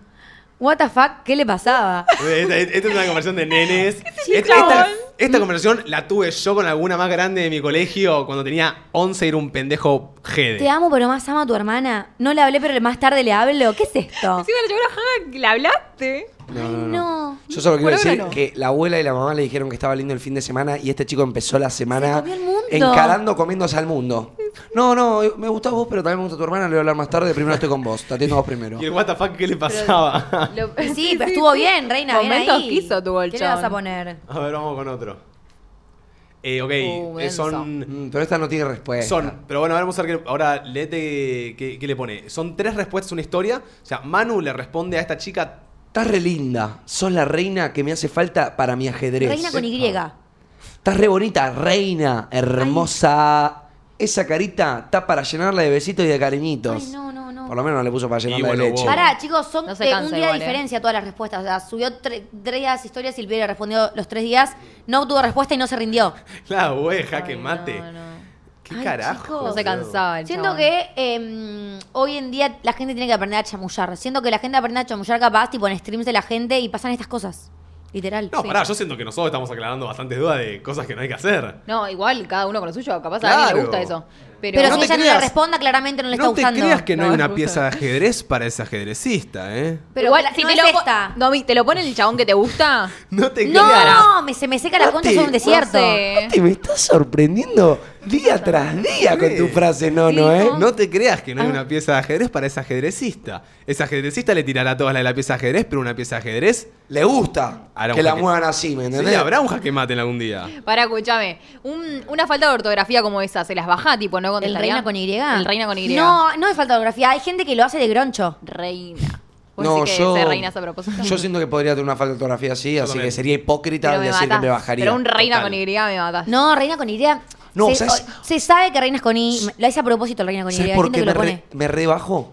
What the fuck, ¿qué le pasaba?
Esta, esta Este, es una conversación de
Este
nenes. Este, Esta- esta,
chabón?
esta conversación la tuve yo con alguna más grande de mi colegio cuando tenía 11 y era un pendejo jede.
Te amo, pero más amo a tu hermana. No le hablé, pero más tarde le hablo. ¿Qué es esto?
Encima la señora Haga, ¿la hablaste?
No,
Ay,
no,
no.
Yo solo quiero
Por ahora
decir
no.
que la abuela y la mamá le dijeron que estaba lindo el fin de semana y este chico empezó la
Se
semana
comió el mundo.
encarando comiéndose al mundo. No, no, me gusta vos, pero también me gusta tu hermana, le voy a hablar más tarde, primero estoy con vos, te atiendo a vos primero.
¿Y el what the fuck qué le pasaba?
Lo-
Sí, pero estuvo
sí.
bien, reina. bien
Momentos
ahí.
quiso tuvo el
¿Qué le vas a
chabón.
poner?
A ver, vamos con otro. Eh, ok,
Uh,
eh, son.
Mm, pero esta no tiene respuesta.
Son, pero bueno, ahora vamos a ver que, ahora léete qué, qué le pone. Son tres respuestas a una historia. O sea, Manu le responde a esta chica.
Estás re linda, sos la reina que me hace falta para mi ajedrez.
Reina con
Ah.
Y.
Estás re bonita, reina, hermosa. Esa carita está para llenarla de besitos y de cariñitos.
Ay, no, no, no.
Por lo menos no le puso para llenarla
bueno,
de
vos.
leche.
Pará, chicos, son
No se
eh, un
cansa
día de
igual, eh.
diferencia todas las respuestas. O sea, subió tre- tres días historias y hubiera respondido los tres días, no obtuvo respuesta y no se rindió.
La oveja que
Ay,
mate.
No, no.
¿Qué
Ay,
carajo?
chicos.
No se
boludo?
cansaba el
Siento
chabón.
que eh, hoy en día la gente tiene que aprender a chamullar. Siento que la gente aprende a chamullar capaz, tipo en streams de la gente y pasan estas cosas. Literal.
No,
Sí.
pará, yo siento que nosotros estamos aclarando bastantes dudas de cosas que no hay que hacer.
No, igual, cada uno con lo suyo. Capaz a
Claro.
alguien le gusta eso. Pero,
Pero
no
si
te
ella no le
creas.
responda, claramente no le está
No te
gustando.
creas que no,
No,
hay una
me gusta.
pieza de ajedrez para ese ajedrecista, ¿eh?
Pero
igual,
cla-
si
no
te
es
lo po-
esta.
No, mi, te lo pone el chabón que te gusta.
No te creas.
No, me, se me seca la
No
concha,
te-
soy un
No
desierto.
sé.
Te me estás sorprendiendo día tras día con tu frase, no,
Sí,
no, ¿eh?
no.
No te creas que no hay una pieza de ajedrez para ese ajedrecista. Ese ajedrecista le tirará todas las de la pieza de ajedrez, pero una pieza de ajedrez
Le gusta
Ahora
que
un
la
jaque-
muevan así, ¿me entendés?
Sí, habrá un jaque mate en algún día.
Para, escúchame. Un- una falta de ortografía como esa, ¿se las baja? Tipo, ¿no
¿El
contestaría?
reina con Y?
El reina con Y.
No, no es falta de ortografía. Hay gente que lo hace de groncho.
Reina. ¿Vos
No,
decís que
yo,
se reinas a propósito?
yo siento que podría tener una falta de ortografía así, así
también.
que sería hipócrita
pero me
decir que
matás.
me bajaría.
Pero un reina
Total.
con Y me matas.
No, reina con Y.
No,
se,
¿sabes?
o- se sabe que reinas con Y. Lo hice a propósito el reina con Y.
¿Sabes
Hay
por
gente
qué
que
me,
lo
re,
pone.
me rebajo?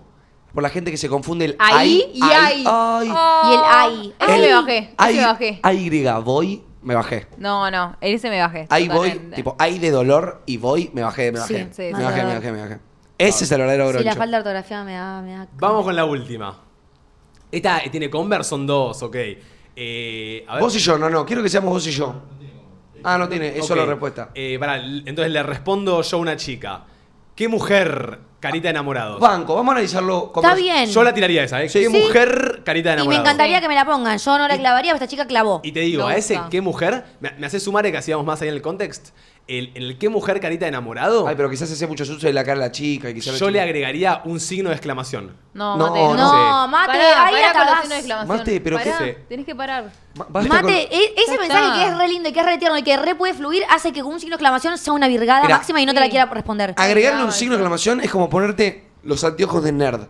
Por la gente que se confunde el
Ahí y ahí.
ay.
Y el ay.
Ese
Ay.
me bajé. Ese
Ay,
me bajé.
ay, voy, me bajé.
No, no. Ese me bajé.
Ahí voy,
totalmente.
tipo, ahí de dolor y voy, me bajé, me
Sí,
bajé.
sí,
me,
sí.
bajé me bajé, me bajé. Ese es el verdadero
Sí,
groncho.
la falta de ortografía me da. Me da
Vamos con la última. Esta eh, tiene Converse, son dos, ok. Eh, a ver.
Vos y yo, no, no, quiero que seamos vos y yo. Ah, no tiene, es
Ok.
solo respuesta.
Eh, pará, l- entonces le respondo yo a una chica. ¿Qué mujer carita de enamorados?
Banco, vamos a analizarlo. con-
Está bien.
Yo la tiraría esa, ¿eh?
Sí.
¿Qué
Sí.
mujer carita de
y me
enamorados?
encantaría que me la pongan. Yo no la clavaría, pero esta chica clavó.
Y te digo,
Me
a ese
gusta.
qué mujer, me, me hace sumar que hacíamos más ahí en el context. El, el qué mujer carita de enamorado,
Ay, pero quizás hacía mucho uso de la cara de la chica. Y quizás la
yo le
chica-
agregaría un signo de exclamación.
No,
No,
mate.
no.
no,
Sí.
mate,
Pará, pará
ahí
con los
acabás.
signos de exclamación.
Mate, pero
Pará,
qué sé.
tenés que parar.
Ma- basta con-
Mate, e- ese
Ya
mensaje
está.
que es re lindo y que es re tierno y que re puede fluir hace que con un signo de exclamación sea una virgada
Mirá.
máxima y no te la
Sí.
quiera responder.
Agregarle un
Ay,
signo de exclamación es como ponerte los anteojos de nerd.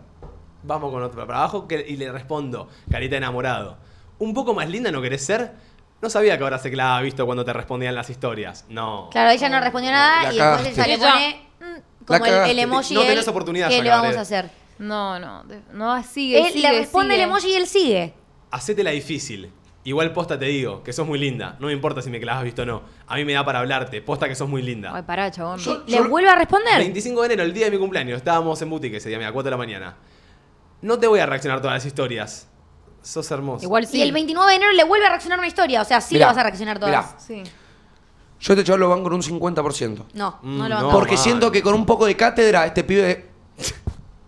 Vamos con otro para abajo que- y le respondo, carita de enamorado. ¿Un poco más linda no querés ser? No sabía que ahora se clava visto cuando te respondían las historias. No.
Claro, ella no respondió nada
La
y después ella
cagaste.
le pone mm, como el- el,
cagaste.
emoji.
No
él,
tenés oportunidad,
¿Qué le
Yacaré.
vamos a hacer?
No, no. de- No, sigue,
Él
sigue,
le responde
sigue.
el emoji y él sigue.
Hacétela difícil. Igual posta te digo, que sos muy linda. No me importa si me clavas visto o no. A mí me da para hablarte. Posta que sos muy
Ay,
linda.
pará, chabón.
Yo-
¿Le vuelve a responder?
25 de enero, el día de mi cumpleaños. Estábamos en boutique ese día, mira, 4 de la mañana. No te voy a reaccionar todas las historias. Sos hermoso.
Igual sí.
Y el 29 de enero le vuelve a reaccionar una historia. O sea, sí
Mirá,
le vas a reaccionar todas.
mirá.
Sí.
Yo este chaval lo banco en un 50%.
No,
Mm,
no
no.
lo banco.
porque
mal.
siento que con un poco de cátedra, este pibe.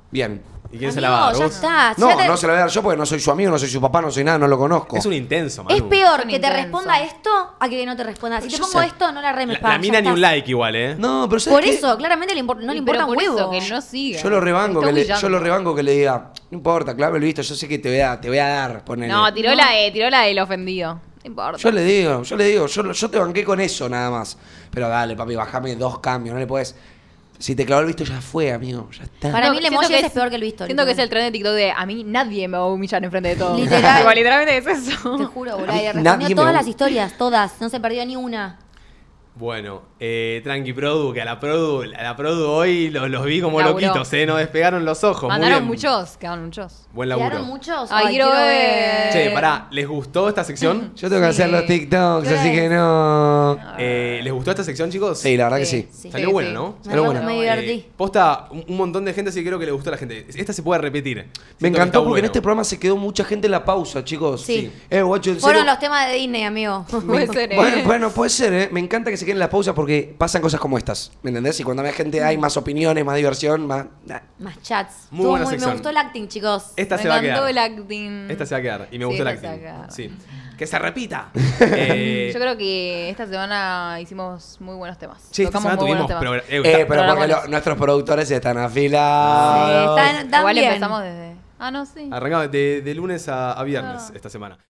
Bien.
¿Y quién
Amigo,
se la va a dar?
ya
¿Vos?
está.
No,
ya te-
no se lo voy a dar yo porque no soy su amigo, no soy su papá, no soy nada, no lo conozco.
Es un intenso, Manu.
Es peor
Son
que te
intensos.
responda esto a que no te responda. Si te
Yo
pongo
sé.
esto, no la
La,
remes,
la
pa, ya
mina ni
está.
un like igual, ¿eh?
No, pero ¿sabes
Por
qué?
eso, claramente le impor- no le importa un
por
huevo.
eso, que no siga.
Yo lo rebanco,
Está
que le, yo
humillando.
lo rebanco que le diga, no importa, clave el visto, yo sé que te voy a, te voy a dar, ponele.
No, tiró la de, tiró la del ofendido. No importa.
yo le digo, yo le digo, yo, lo- yo te banqué con eso nada más. Pero dale, papi, bajame dos cambios, no le puedes. Si te clavó el visto, ya fue, amigo, ya está.
Para mí el
siento
emoji
que
ese es peor que el visto,
Siento que es el
literalmente.
tren de TikTok de a mí nadie me va a humillar enfrente de todos.
Literal.
Tipo, literalmente es eso.
Te juro, boludo.
A mí
Le
nadie me
Respondió todas
gusta.
las historias, todas. No se perdió ni una.
Bueno, eh, tranqui, Produ, que a la Produ, a la Produ hoy los, los vi como
Laburó.
loquitos, ¿eh? No despegaron los ojos. muy
Mandaron
bien.
muchos, quedaron muchos.
Buen laburo.
¿Quedaron muchos?
Ay, quiero ver.
Che, pará, ¿les gustó esta sección?
Yo tengo que hacer los TikToks,
Sí.
así que no.
Eh, ¿Les gustó esta sección, chicos?
Sí, la verdad que sí.
Sí.
Salió
Sí,
bueno,
sí.
¿no?
Me,
Pero
acuerdo,
bueno.
me divertí.
Eh, posta un un montón de gente, así que creo que le gustó a la gente. Esta se puede repetir.
Me
Siento que está
encantó porque en
bueno.
este programa se quedó mucha gente en la pausa, chicos.
Sí.
Eh, guacho, en
Fueron
serio-
los temas de Disney, amigo.
Puede ser, ¿eh?
Bueno, bueno, puede ser, ¿eh? Me encanta que se queden en la pausa porque pasan cosas como estas. ¿Me entendés? Y cuando hay gente, hay más opiniones, más diversión, más. nah.
Más chats.
Muy
Estuvo
buena
me
sección.
gustó el acting, chicos.
Esta
me
se va a
encantó
quedar.
el acting.
Esta se va a quedar. Y me
Sí,
gusta el
esta se
acting.
va a quedar.
Sí. Que se repita. Eh,
Yo creo que esta semana hicimos muy buenos temas.
che, esta
Tocamos
semana
muy buenos
tuvimos progr-
temas.
eh,
Eh, pero
programas.
porque lo- nuestros productores están afilados.
Sí, están- dan
Igual
bien.
empezamos desde. Ah, no, sí. Ah.
Arrancamos de, de lunes a, a viernes esta semana.